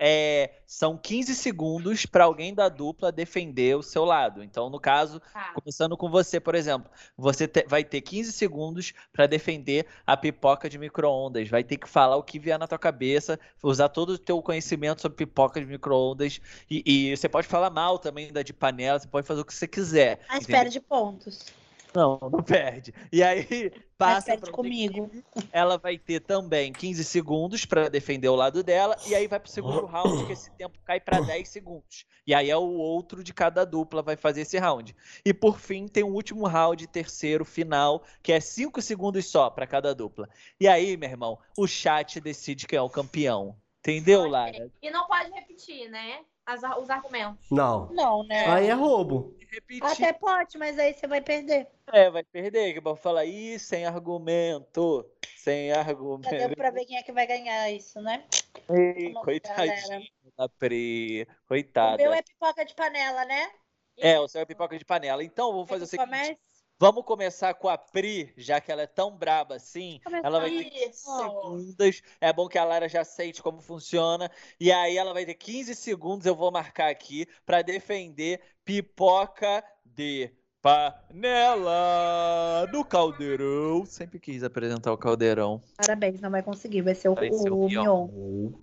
S2: é, são 15 segundos para alguém da dupla defender o seu lado. Então, no caso,
S5: Tá.
S2: começando com você, por exemplo, você te- vai ter 15 segundos para defender a pipoca de micro-ondas. Vai ter que falar o que vier na tua cabeça, usar todo o teu conhecimento sobre pipoca de micro-ondas. E, e você pode falar mal também da de panela, você pode fazer o que você quiser.
S4: Mas
S2: entendeu?
S4: perde pontos.
S2: Não, não perde. E aí,
S4: Mas
S2: passa
S4: perde
S2: pra é. outra
S4: comigo.
S2: equipe. Ela vai ter também 15 segundos pra defender o lado dela. E aí vai pro segundo round, que esse tempo cai pra 10 segundos. E aí é o outro de cada dupla vai fazer esse round. E por fim, tem o último round, terceiro, final, que é 5 segundos só pra cada dupla. E aí, meu irmão, o chat decide quem é o campeão. Entendeu, Lara?
S5: E não pode repetir, né? As ar- os argumentos.
S3: Não.
S4: Não, né?
S3: Aí é roubo.
S2: Repetir.
S4: Até pode, mas aí você vai perder.
S2: É, vai perder, que vão falar, ih, sem argumento. Sem
S4: Já deu
S2: argumento.
S4: pra ver quem é que vai ganhar isso, né?
S2: Ei,
S4: Uma
S2: coitadinha da Pri.
S4: O
S2: Coitada.
S4: meu é pipoca de panela, né?
S2: É, o seu é pipoca de panela. Então,
S4: É
S2: eu vou fazer o seguinte. Vamos começar com a Pri, já que ela é tão braba assim. Ela vai ter
S5: Isso.
S2: segundas. É bom que a Lara já sente como funciona. E aí ela vai ter 15 segundos, eu vou marcar aqui, pra defender pipoca de panela no caldeirão. Sempre quis apresentar o caldeirão.
S4: Parabéns, não vai conseguir. Vai ser o,
S2: Vai ser
S4: o,
S2: o
S4: Mion.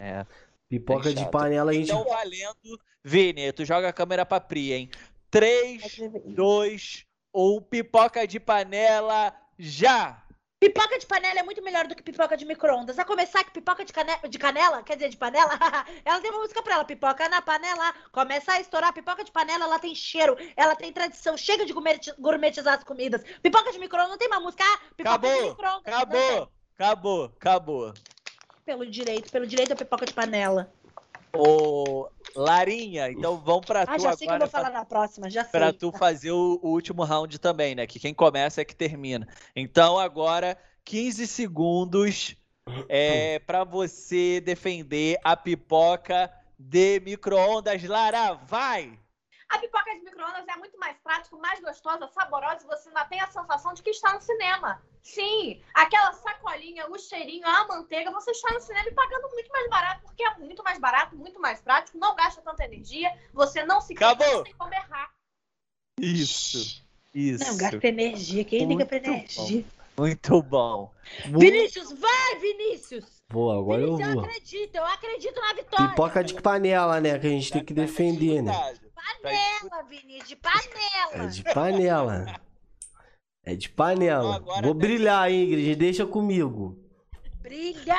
S2: É.
S3: Pipoca
S2: Tá
S3: de
S2: chato.
S3: panela, a gente.
S2: Então, valendo. Vini, tu joga a câmera pra Pri, hein? 3, dois, um, pipoca de panela já!
S4: Pipoca de panela é muito melhor do que pipoca de micro-ondas. A começar que pipoca de, cane... de canela, quer dizer, de panela, ela tem uma música pra ela, pipoca na panela. Começa a estourar, pipoca de panela, ela tem cheiro, ela tem tradição, chega de gourmeti- gourmetizar as comidas. Pipoca de micro-ondas não tem uma música, ah, pipoca de
S2: Acabou,
S4: micro-ondas. não tem.
S2: Acabou, acabou, acabou.
S4: Pelo direito, pelo direito da pipoca de panela.
S2: Ô, Larinha, então vamos pra
S4: Ah,
S2: tu
S4: já sei que eu
S2: agora.
S4: vou falar assim. na próxima, já sei. Tá.
S2: Pra tu fazer o, o último round também, né? Que quem começa é que termina. Então agora, 15 segundos é, para você defender a pipoca de micro-ondas. Lara, vai!
S5: A pipoca de micro-ondas é muito mais prático, mais gostosa, saborosa e você ainda tem a sensação de que está no cinema. Sim, aquela sacolinha, o cheirinho, a manteiga, você está no cinema e pagando muito mais barato, porque é muito mais barato, muito mais prático, não gasta tanta energia, você não se cansa,
S2: Acabou.
S5: não tem como errar.
S2: Isso. Isso.
S4: Não, gasta energia, quem liga pra
S2: Muito
S4: energia?
S2: Muito bom. Muito
S4: Vinícius, vai, Vinícius!
S3: Pô, agora eu
S4: Vinícius, eu
S3: vou.
S4: acredito, eu acredito na vitória.
S3: Pipoca de panela, né? Que a gente tem que defender, né?
S2: Tá
S4: panela, Vini, de panela.
S3: É de panela. É de panela.
S2: Agora
S3: Vou
S2: deve-
S3: brilhar, Ingrid. Deixa comigo.
S4: Briga!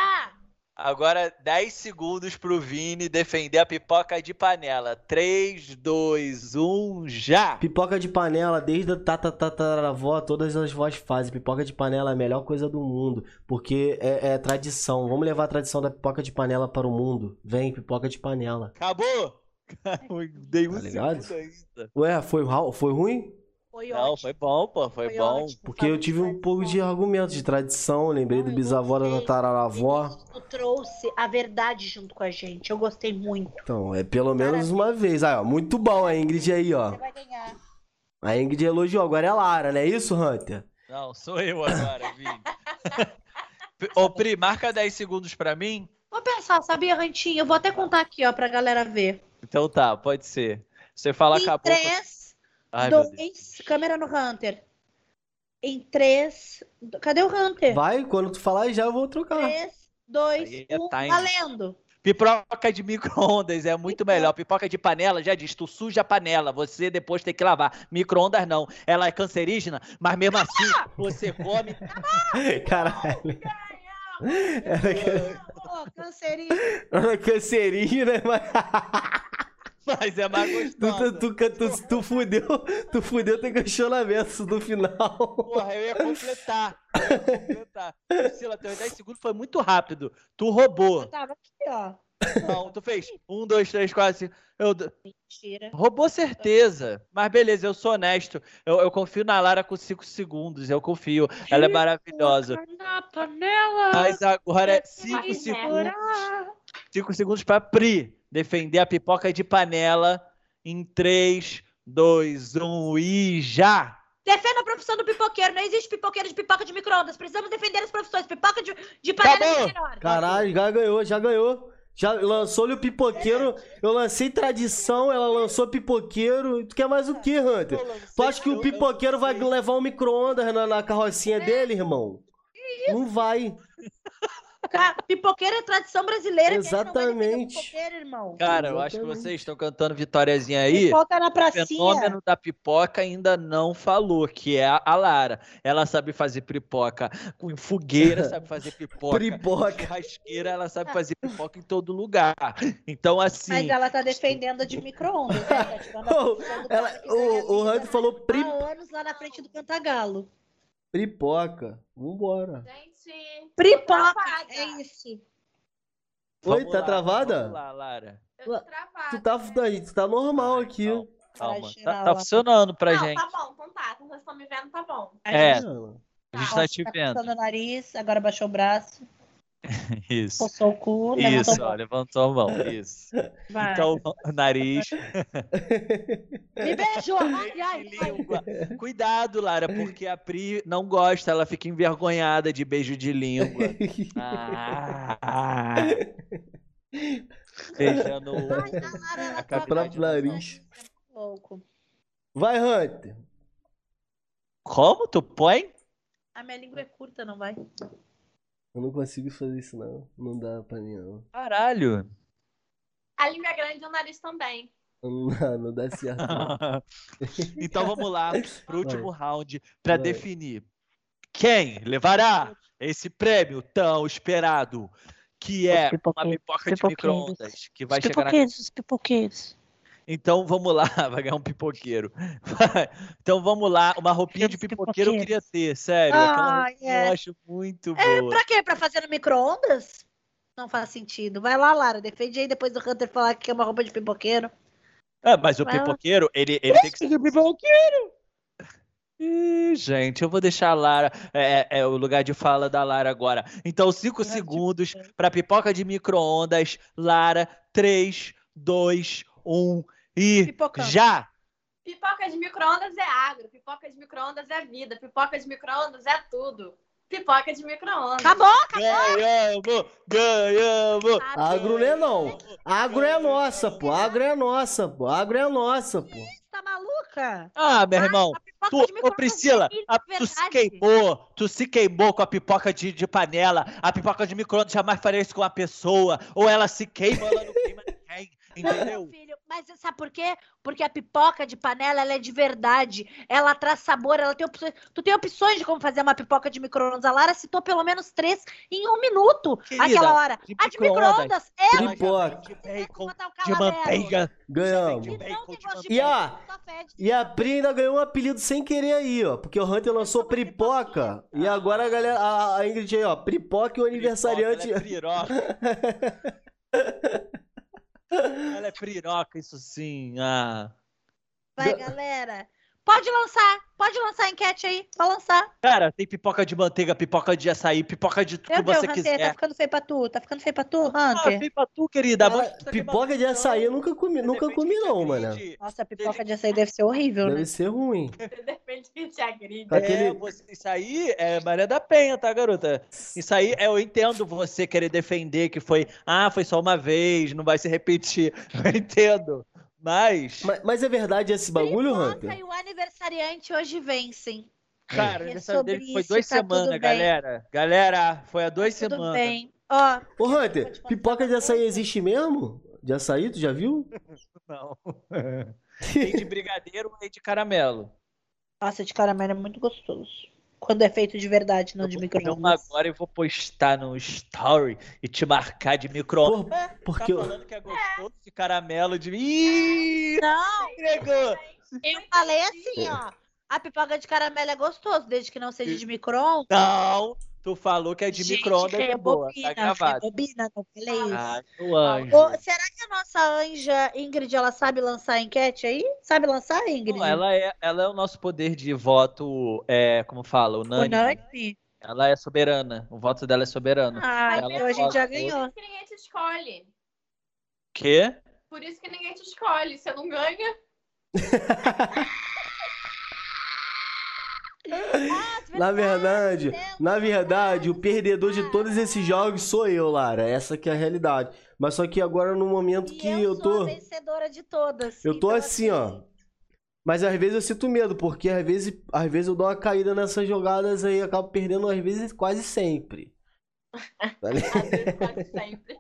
S2: Agora 10 segundos pro Vini defender a pipoca de panela. 3, 2, 1, já!
S3: Pipoca de panela, desde a tata- tataravó, todas as vós fazem. Pipoca de panela é a melhor coisa do mundo, porque é, é tradição. Vamos levar a tradição da pipoca de panela para o mundo. Vem, pipoca de panela.
S2: Acabou! Eu Dei um
S3: Tá ligado?
S2: segundo ainda.
S3: Ué, foi, ra- foi ruim?
S4: Foi
S2: Não, foi bom, pô, foi, bom.
S3: Porque eu tive um pouco de argumento de tradição, lembrei do bisavó da tataravó.
S4: Tu trouxe a verdade junto com a gente. Eu gostei muito.
S3: Então, é pelo menos uma vez. Ah, ó, muito bom a Ingrid aí, ó.
S4: Você vai ganhar.
S3: A Ingrid elogiou, agora é Lara, não é isso, Hunter?
S2: Não, sou eu agora, Vini. Ô, Pri, marca 10 segundos pra mim?
S4: Vou pensar, sabia, Rantinho? Eu vou até contar aqui, ó, pra galera ver.
S2: Então tá, pode ser. Você fala
S4: em
S2: acabou. você-
S4: três,
S2: Ai, meu Deus.
S4: dois. Câmera no Hunter. Em três. do- Cadê o Hunter?
S3: Vai, quando tu falar já eu vou trocar.
S4: Três, dois,
S2: Aí é
S4: um.
S2: time.
S4: Valendo!
S2: Pipoca de micro-ondas é muito
S3: Então.
S2: melhor. Pipoca de panela, já diz, tu suja a panela, você depois tem que lavar. Micro-ondas não. Ela é cancerígena, mas mesmo assim, você come.
S3: Caralho.
S5: Ganhamos!
S4: amor, cancerinho.
S3: Ana Cancerinho, né? Mas
S2: Mas é mais
S3: tu,
S2: gostosa.
S3: tu, tu, tu, tu, tu fudeu, tu fudeu teu questionamento no final.
S2: Porra, eu ia completar. Eu ia completar. Priscila, teus 10 segundos foi muito rápido. Tu roubou.
S4: Eu tava aqui, ó.
S2: Não, tu fez. Um, dois, três, quatro, cinco. Eu...
S4: Mentira.
S2: Roubou certeza. Mas beleza, eu sou honesto. Eu, eu confio na Lara com cinco segundos. Eu confio. Ela é maravilhosa.
S4: Na panela.
S2: Mas agora é
S5: Ai,
S2: cinco
S5: né?
S2: segundos. Cinco segundos pra Pri defender a pipoca de panela em três, dois, um e já!
S4: Defenda a profissão do pipoqueiro. Não existe pipoqueiro de pipoca de micro-ondas. Precisamos defender as profissões. Pipoca de, de panela
S2: Acabou.
S4: de menor.
S3: Caralho, já ganhou, já ganhou. Já lançou-lhe o pipoqueiro. Eu lancei tradição, ela lançou pipoqueiro. Tu quer mais o que, Hunter? Tu acha que o pipoqueiro vai levar um micro-ondas na, na carrocinha dele, irmão? Não vai.
S4: Ca- Pipoqueiro é tradição brasileira. quem é que não vai defender
S3: Exatamente.
S4: Pipoqueiro, irmão.
S2: Cara, eu acho que
S3: Exatamente.
S2: vocês estão cantando vitóriazinha aí.
S4: Pipoca na
S2: O
S4: pracinha.
S2: fenômeno da pipoca ainda não falou, que é a- a Lara. Ela sabe fazer pipoca com fogueira, sabe fazer pipoca.
S3: Pipoca.
S2: com Churrasqueira, ela sabe fazer pipoca em todo lugar. Então,
S4: Mas
S2: assim,
S4: ela tá defendendo a de micro-ondas. Né? Tá tirando a
S3: Ô,
S4: profissão do
S3: Oh, ela-
S4: cara que ganha
S3: o o
S4: vida
S3: Hunter falou pri,
S4: Há anos lá na frente do Cantagalo.
S3: pripoca. Vambora.
S5: Gente,
S4: Pripoca.
S5: travada.
S4: É isso.
S3: Oi,
S2: vamos
S3: tá
S2: lá, Vamos
S3: travada?
S2: lá, Lara.
S5: eu tô travada.
S3: Tu tá, tu tá normal aqui.
S2: Calma, calma.
S4: Pra
S2: Tá,
S4: geral,
S2: tá
S4: ó.
S2: funcionando pra
S5: não,
S2: gente.
S5: tá bom, então tá. Então vocês estão me vendo, tá bom.
S4: A
S2: É.
S4: gente
S2: A gente
S4: ó,
S2: tá te vendo.
S4: coçando o nariz, agora baixou o braço,
S2: Isso.
S4: coçou o cu, levantou
S2: Isso, ó,
S4: o
S2: levantou a mão. Isso.
S4: Vai.
S2: Então, nariz.
S4: Me beijou. Ai, ai,
S2: Gente,
S4: ai.
S2: língua. Cuidado, Lara, porque a Pri não gosta, ela fica envergonhada de beijo de língua. Ah, ah. Beijando o.
S4: Ai, a Lara, ela tá
S2: Acabou
S4: troca
S2: de
S4: de
S3: nariz.
S4: personagem, é Louco.
S3: Vai, Hunter.
S2: Como? Tu põe?
S4: A minha língua é curta, não vai?
S3: Eu não consigo fazer isso, não. Não dá pra mim, não.
S2: Caralho.
S5: A língua é grande e o nariz também.
S3: Não dá, não dá certo. não.
S2: então vamos lá pro último round pra
S3: Vai.
S2: definir quem levará esse prêmio tão esperado, que é uma
S4: pipoqueiros,
S2: pipoca de
S4: pipoqueiros.
S2: micro-ondas, que vai chegar na
S4: os pipoqueiros.
S2: Então vamos lá, vai ganhar um pipoqueiro. Vai. Então vamos lá, uma roupinha de
S4: Aqueles
S2: pipoqueiro eu queria ter, sério. aquela
S4: Ah,
S2: roupinha
S4: é.
S2: eu acho muito boa.
S4: Pra quê? Pra fazer no micro-ondas? Não faz sentido. Vai lá, Lara, defende aí depois do Hunter falar que é uma roupa de pipoqueiro.
S2: Ah, mas o
S4: Vai lá.
S2: pipoqueiro, ele, ele tem que ser. pipoqueiro! Ih, gente, eu vou deixar a Lara. É, é o lugar de fala da Lara agora. Então, cinco
S4: Lugar de
S2: segundos
S4: fala.
S2: pra pipoca de micro-ondas. Lara, três, dois, um e.
S4: Pipocando.
S2: Já!
S5: Pipoca de micro-ondas é agro, pipoca de micro-ondas é vida, pipoca de micro-ondas é tudo. Pipoca de micro-ondas.
S4: Acabou!
S2: Ganhamos! Ganhamos!
S3: Agro não é não. Agro é nossa, pô. Agro é nossa, pô. Agro é nossa, pô.
S4: Tá maluca?
S2: Ah, meu
S4: Ah,
S2: irmão!
S4: a pipoca
S2: Tu,
S4: de
S2: ô
S4: micro-ondas
S2: Priscila,
S4: é
S2: a- tu se
S4: verdade.
S2: queimou, tu se queimou com a pipoca de, de panela, a pipoca de micro-ondas jamais faria isso com uma pessoa, ou ela se queima, ou ela não queima ninguém,
S4: Não, meu
S2: entendeu?
S4: filho, mas sabe por quê? Porque a pipoca de panela, ela é de verdade. Ela traz sabor, ela tem opções. Tu tem opções de como fazer uma pipoca de micro-ondas. A Lara citou pelo menos três em um minuto.
S2: Querida,
S4: aquela hora.
S2: de
S4: A de
S2: micro-ondas,
S4: micro-ondas é
S2: Ela já
S3: Pipoca.
S2: vem de bacon,
S4: botar o
S2: de
S4: calamelo.
S2: manteiga.
S3: Ganhamos.
S4: Que não tem gosto de
S3: E ó,
S4: manteiga, só fede.
S3: E a Pri ainda ganhou um apelido sem querer aí, ó. Porque o Hunter lançou Pripoca. E agora a galera. A, a Ingrid aí, ó. Pripoca e o aniversariante.
S2: Ela é piroca. ela é piroca, isso sim. Ah.
S4: Vai, galera. Pode lançar. Pode lançar a enquete aí. Pode lançar.
S2: Cara, tem pipoca de manteiga, pipoca de açaí, pipoca de tudo
S4: Meu
S2: que
S4: Deus,
S2: você
S4: Hunter,
S2: quiser.
S4: tá ficando feio pra tu. Tá ficando feio pra tu,
S2: Ah,
S4: Hunter.
S2: vem pra tu, querida.
S3: Cara,
S2: Mas-
S3: pipoca de açaí eu nunca comi, nunca
S2: Depende
S3: comi
S2: de
S3: não,
S2: quem
S3: mano.
S2: acredite.
S4: Nossa, a pipoca de açaí deve ser horrível, né?
S3: Deve ser ruim.
S5: Depende de quem te agride.
S3: Com aquele-
S2: É, você- isso aí é Maria da Penha, tá, garota? Isso aí é, eu entendo você querer defender que foi, ah, foi só uma vez, não vai se repetir. Eu entendo. Mas,
S3: Mas, mas é verdade esse bagulho,
S4: Nossa,
S3: Hunter?
S4: e o aniversariante hoje vencem.
S2: cara,
S4: é
S2: o aniversário
S4: sobre
S2: dele foi
S4: isso,
S2: duas
S4: tá tudo
S2: semanas,
S4: bem. Tá
S2: galera. Galera, foi há duas
S4: Tudo
S2: semanas.
S4: bem. Ó,
S3: Ô, Hunter, pipoca de açaí existe mesmo? De açaí, tu já viu?
S2: Não. Tem de brigadeiro e de caramelo.
S4: nossa, de caramelo é muito gostoso. Quando é feito de verdade, não de
S2: vou comer um
S4: micro-ondas.
S2: agora e vou postar no story e te marcar de micro-ondas.
S3: Por, porque
S2: tá
S3: eu,
S2: falando que é gostoso de caramelo de. Ih,
S4: Não,
S2: entregou!
S4: eu falei assim,
S2: É.
S4: ó. A pipoca de caramelo é gostoso, desde que não seja de micro-ondas.
S2: Não! Tu falou que é de
S4: Gente,
S2: micro-ondas
S4: é
S2: é boa, tá
S4: bobina, é
S2: gravado.
S4: bobina, não falei isso.
S2: Ah, meu anjo.
S4: Ô, será que a nossa anja Ingrid, ela sabe lançar enquete aí? Sabe lançar, Ingrid?
S2: Não, ela, é, ela é o nosso poder de voto, é, como fala,
S4: O
S2: unânime.
S4: Nani?
S2: Ela é soberana. O voto dela é soberano.
S4: Ah,
S2: Ela
S4: então a gente
S2: fala-
S4: já ganhou.
S5: Por isso que ninguém te escolhe.
S2: Quê?
S5: Por isso que ninguém te escolhe. Você não ganha.
S3: na verdade, na verdade, o perdedor de todos esses jogos sou eu, Lara. Essa que é a realidade. Mas só que agora no momento
S4: E
S3: que eu
S4: sou
S3: tô.
S4: a vencedora de todas.
S3: Eu tô
S4: então,
S3: assim, ó. Mas às vezes eu sinto medo, porque às vezes, às vezes eu dou uma caída nessas jogadas aí e acabo perdendo, às vezes, quase sempre. Tá ligado?
S5: Às vezes, quase sempre.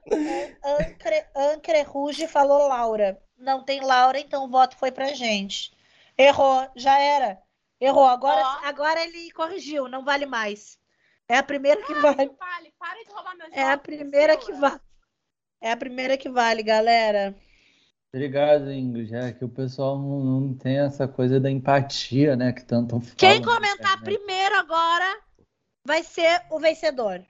S4: Ancre, Ancre Ruge falou Laura. Não tem Laura, então o voto foi pra gente. Errou, já era. Errou. Agora,
S5: Ó.
S4: agora ele corrigiu, não vale mais. É a primeira que vale.
S5: Não vale. Para de roubar meus
S4: É a
S5: votos,
S4: primeira que
S5: pessoa.
S4: vale. É a primeira que vale, galera.
S6: Obrigado, Ingrid. É que o pessoal não, não tem essa coisa da empatia, né? Que tanto falam.
S4: Quem
S6: na
S4: comentar
S2: né?
S6: internet.
S4: primeiro agora vai ser o vencedor.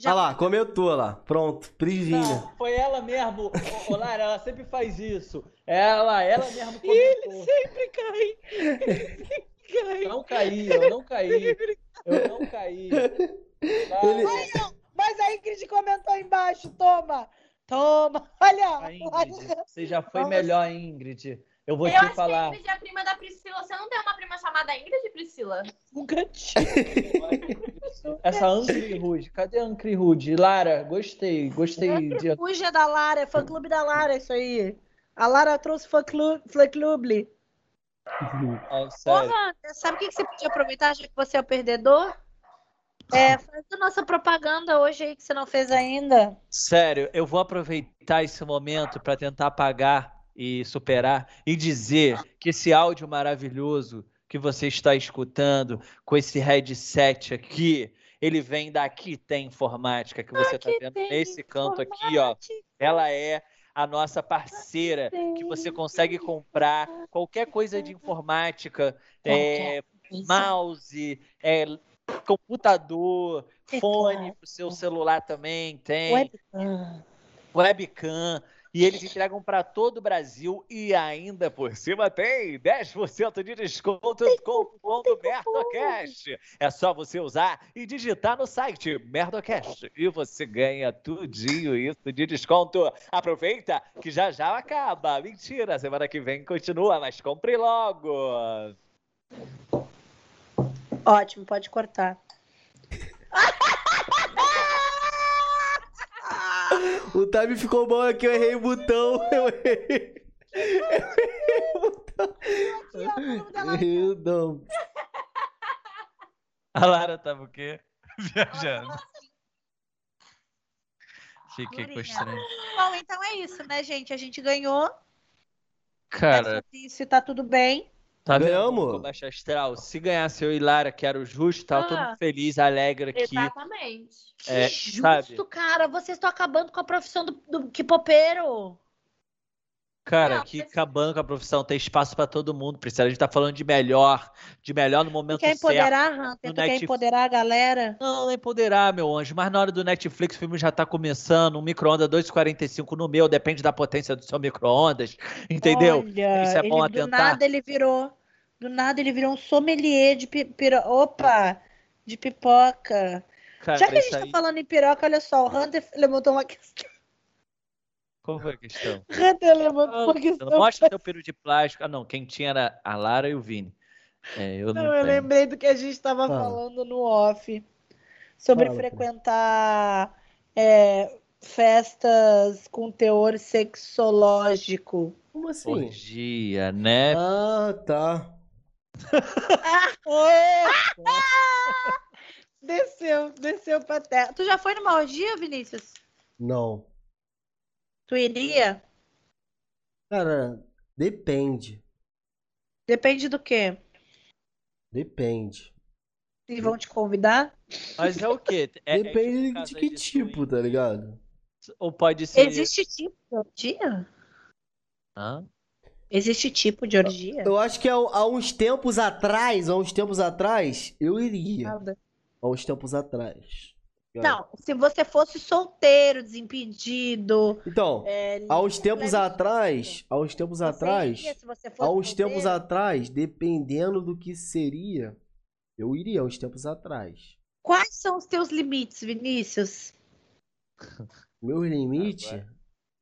S4: Já
S3: Olha lá, comentou lá. Pronto, Privinha.
S6: Não, foi ela mesmo. Ô, ô, Lara, ela sempre faz isso. Ela, ela mesmo comentou.
S1: Sempre cai. Sempre cai.
S6: Não caí, eu não caí. Eu não caí.
S3: Ele-
S4: Mas a Ingrid comentou embaixo, toma! Toma! Olha!
S6: Ah, Ingrid, você já foi
S4: Nossa.
S6: melhor, Ingrid. Eu vou
S5: Eu
S6: te
S5: acho
S6: falar.
S5: que a Ingrid é a prima da Priscila. Você não tem uma prima chamada Ingrid, Priscila?
S4: Um
S1: Nunca tive.
S6: Essa Ancri Rude. Cadê a Ancri Rude? Lara, gostei, gostei. de-
S4: Fuja da Lara, é fã clube da Lara, isso aí. A Lara trouxe fã clube. Fã clube.
S6: É, sério.
S4: Porra, sabe o que que você podia aproveitar, já que você é o perdedor? É, faz a nossa propaganda hoje aí que você não fez ainda.
S2: Sério, eu vou aproveitar esse momento para tentar apagar e superar e dizer que esse áudio maravilhoso que você está escutando com esse headset aqui, ele vem da Tem Informática, que você está
S5: Aqui
S2: vendo
S5: Tem
S2: nesse canto aqui, ó. Ela é a nossa parceira que
S4: Tipo,
S2: você consegue comprar qualquer coisa de informática, é, mouse, é, computador, fone pro seu celular também tem
S4: Webcam.
S2: webcam e eles entregam para todo o Brasil e ainda por cima tem 10% de desconto com o cupom Merdocast. É só você usar e digitar no site Merdocast e você ganha tudinho isso de desconto. Aproveita que já já acaba. Mentira, semana que vem continua, mas compre logo.
S4: Ótimo, pode cortar.
S3: O time ficou bom aqui, eu errei o botão. Eu errei.
S4: Aqui, ó, o clube da Lara.
S3: Eu não.
S2: A Lara tava o quê?
S5: Ela
S2: Viajando.
S5: fala
S2: Fiquei
S4: Guria.
S2: com estranho.
S4: Bom, então é isso, né, gente? A gente ganhou. É
S2: Cara,
S4: sobre isso e tá tudo bem.
S2: Tá
S3: Ganhamos.
S2: vendo? Ficou Baixa astral. Se ganhasse eu e Lara, que era o justo, tava
S4: Ah.
S2: todo mundo feliz, alegre aqui.
S5: Exatamente.
S4: Que
S2: É,
S4: justo,
S2: sabe?
S4: cara. Vocês estão acabando com a profissão do, do quipopeiro.
S2: Cara,
S5: Não,
S2: que
S5: mas-
S2: acabando com a profissão, tem espaço pra todo mundo, Priscila. A gente tá falando de melhor, de melhor no momento
S4: Quer
S2: certo.
S4: empoderar, Hunter?
S2: No
S4: Tu quer
S2: Netflix.
S4: empoderar a galera?
S2: Não, não é empoderar, meu anjo, mas na hora do Netflix o filme já tá começando, um micro-ondas 2,45 no meu, depende da potência do seu micro-ondas, entendeu?
S4: Olha,
S2: Isso é bom
S4: ele, do
S2: atentar.
S4: nada ele virou. Do nada ele virou um sommelier de pi- piro... Opa! De pipoca.
S2: Cara,
S4: Já que a gente
S2: isso
S4: tá
S2: aí-
S4: falando em piroca, olha só, o Hunter levantou uma questão.
S2: Qual foi a questão?
S4: Hunter levantou uma
S2: Priscila,
S4: questão.
S2: Mostra o teu peru de plástico. Ah, não, quem tinha era a Lara e o Vini. É, eu não,
S4: Não, eu
S2: tenho.
S4: lembrei do que a gente estava
S3: Fala.
S4: falando no off sobre
S6: Fala, cara.
S4: frequentar é, festas com teor sexológico.
S3: Como assim?
S2: Orgia, né?
S3: Ah, tá.
S4: Desceu, desceu pra terra. Tu já foi numa orgia, Vinícius?
S3: Não.
S4: Tu iria?
S3: Cara, depende.
S4: Depende do quê?
S3: Depende.
S4: E vão te convidar?
S2: Mas é o quê? É- é
S3: Depende
S2: tipo
S3: de
S2: casa
S3: que tipo, tá ligado?
S2: swing? Ou pode ser.
S4: Existe tipo de orgia?
S2: Hã?
S4: Existe tipo de orgia?
S3: Eu acho que há, um, há uns tempos atrás, há uns tempos atrás, eu iria.
S4: Nada.
S3: Há uns tempos atrás.
S4: Não, se você fosse solteiro, desimpedido.
S3: Então,
S4: É,
S3: há uns tempos
S4: leve-
S3: atrás, há uns tempos
S4: Você
S3: atrás,
S4: iria se você fosse
S3: há uns
S4: solteiro?
S3: tempos atrás, dependendo do que seria, eu iria há uns tempos atrás.
S4: Quais são os teus limites, Vinícius?
S3: Meu limite?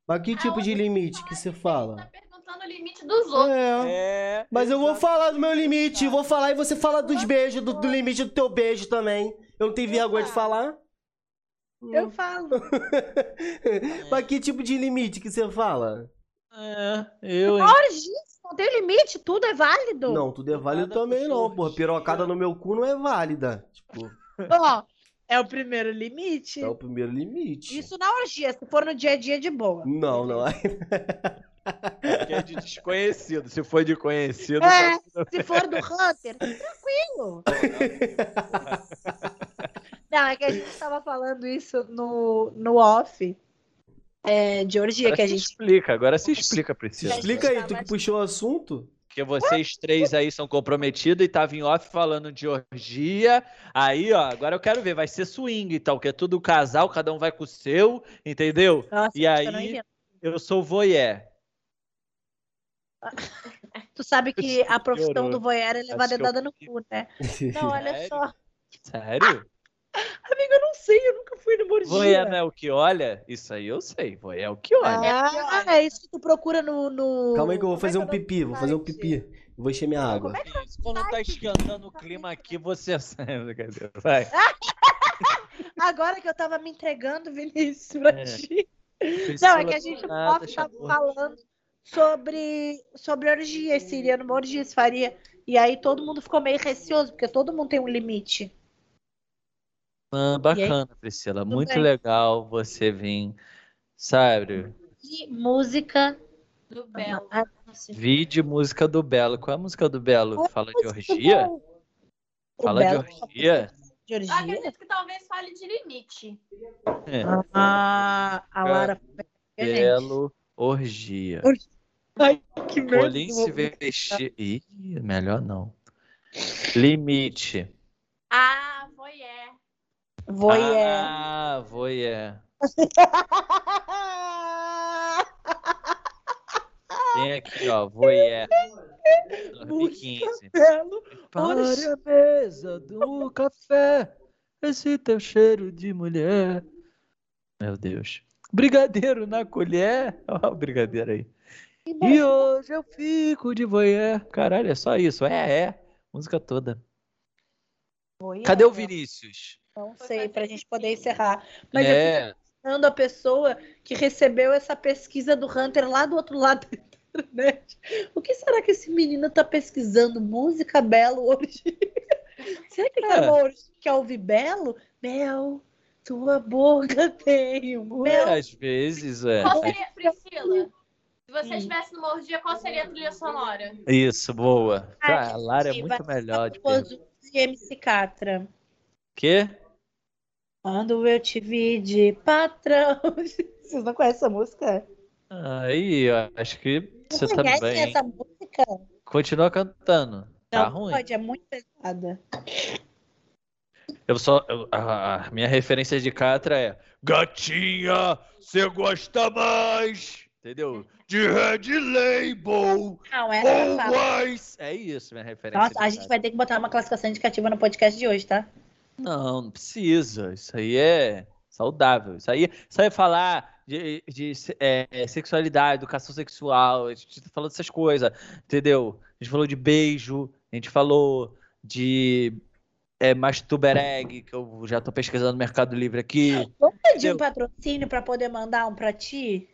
S3: Mas que tipo
S4: Ah,
S3: de limite que você
S5: Tá
S3: fala?
S5: perguntando o limite dos outros.
S3: É.
S2: É.
S3: Mas eu vou falar do meu limite, vou falar e você fala dos beijos, do, do limite do teu beijo também. Eu não tenho vergonha de falar. Hum.
S4: Eu falo.
S3: Mas que tipo de limite que você fala?
S2: É, eu, hein?
S4: Orgia, não tem limite, tudo é válido.
S3: Não, tudo é válido
S2: Pirocada
S3: também
S2: pro
S3: não,
S2: short.
S3: porra. Pirocada no meu cu não é válida. Tipo,
S4: Ó, é o primeiro limite.
S3: é o primeiro limite.
S4: Isso na orgia, se for no dia a dia de boa.
S3: Não, não.
S2: Que é de desconhecido. Se for de conhecido.
S4: É, se for do Hunter, tranquilo. Não, é que a gente tava falando isso no, no off é, de orgia,
S2: Agora
S4: que a
S2: se
S4: gente.
S2: explica, agora se explica,
S3: Se
S2: Priscila.
S3: explica aí, tu que puxou o assunto?
S2: Porque vocês três aí são comprometidos e tava em off falando de orgia. Aí, ó, agora eu quero ver, vai ser swing e tal, que é tudo casal, cada um vai com o seu, entendeu?
S4: Nossa,
S2: E
S4: acho que eu não
S2: aí-
S4: entendo.
S2: Eu sou voyeur.
S4: Tu sabe que a profissão
S2: Piorou.
S4: do voyeur é levar
S2: Acho que eu-
S4: dedada no cu, né? Não, olha
S2: Sério?
S4: só.
S2: Sério?
S4: Amiga, eu não sei, eu nunca fui no orgia.
S2: Voyeur não é o que olha? Isso aí eu sei, voyeur é o que olha.
S4: Ah, é isso que tu procura no. no...
S3: Calma aí que eu vou
S4: Como é
S3: fazer um
S4: o nome
S3: pipi,
S4: do
S3: vou fazer um
S4: site?
S3: pipi. Vou encher minha água.
S4: Como é
S2: Isso, Quando tá esquentando o clima aqui, você vai.
S4: Agora que eu tava me entregando, Vinícius, pra
S2: É.
S4: ti. Não, é que a gente no off tava falando sobre, sobre orgia, se iria numa orgia, se faria. E aí todo mundo ficou meio receoso, porque todo mundo tem um limite.
S2: Ah, bacana, Priscila.
S4: Tudo
S2: Muito
S4: bem.
S2: legal você vir. Sabe?
S4: E música.
S5: Do Belo.
S4: Ah, não sei.
S2: Vídeo música do Belo. Qual é a música do Belo? que Fala de orgia?
S4: O
S2: Fala de
S4: Belo-
S2: orgia?
S4: De
S5: Eu
S4: orgia?
S5: acredito que talvez fale de limite.
S2: É.
S4: Ah, a Lara.
S2: Belo orgia.
S4: Que
S2: Colim se vestir. Ih, melhor não. Limite.
S5: Ah, voyeur.
S4: Voyeur.
S2: Ah, voyeur.
S4: Ah.
S2: Tem aqui, ó, é. voyeur. 2015.
S4: Belo.
S2: Pare a mesa do café, esse teu cheiro de mulher. Meu Deus. Brigadeiro na colher. Ó, o brigadeiro aí. E hoje eu fico de voyeur. Caralho, é só isso. É, é. Música toda.
S4: Voyeur.
S2: Cadê o Vinícius?
S4: é. Não sei, pra gente poder encerrar. Mas eu fico
S2: É,
S4: questionando a pessoa que recebeu essa pesquisa do Hunter lá do outro lado da internet. O que será que esse menino tá pesquisando? Música Belo hoje? será que ele tá
S2: É.
S4: bom hoje? Quer ouvir Belo? Mel, tua boca tem um mel.
S2: às vezes é.
S5: Qual seria, Priscila? Se você
S4: Hum.
S5: estivesse no Mordia, qual seria a trilha sonora?
S2: Isso, boa.
S4: Ai,
S2: Ah, a Lara é
S4: gente,
S2: muito
S4: vai
S2: melhor de pergunta.
S4: Pozo de MC Catra.
S2: Quê?
S4: Quando eu te vi de patrão. Vocês não conhecem essa música?
S2: Aí, ó, acho que você
S4: Não
S2: tá
S4: conhecem
S2: bem.
S4: essa música?
S2: Continua cantando. Tá
S4: não,
S2: ruim?
S4: pode, é muito pesada.
S2: Eu só. eu- a, a minha referência de Catra é. Gatinha, você gosta mais? Entendeu? De Red Label,
S4: Não, É. essa é fácil.
S2: always. É isso, minha referência.
S4: Nossa,
S2: de
S4: a gente
S2: Catra.
S4: vai ter que botar uma classificação indicativa no podcast de hoje, tá?
S2: Não, não precisa. Isso aí é saudável. Isso aí, isso aí é falar de, de se- é, é, sexualidade, educação sexual. A gente tá falando dessas coisas, entendeu? A gente falou de beijo, a gente falou de. É, masturber egg, que eu já tô pesquisando no Mercado Livre aqui.
S4: Vamos pedir um
S2: Eu-
S4: patrocínio pra poder mandar um pra ti?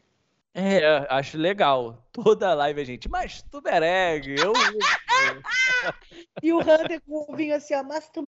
S2: É, acho legal. Toda live a gente, mas tubereg, eu uso.
S4: E o Hunter com o vinho assim, ó, mas tu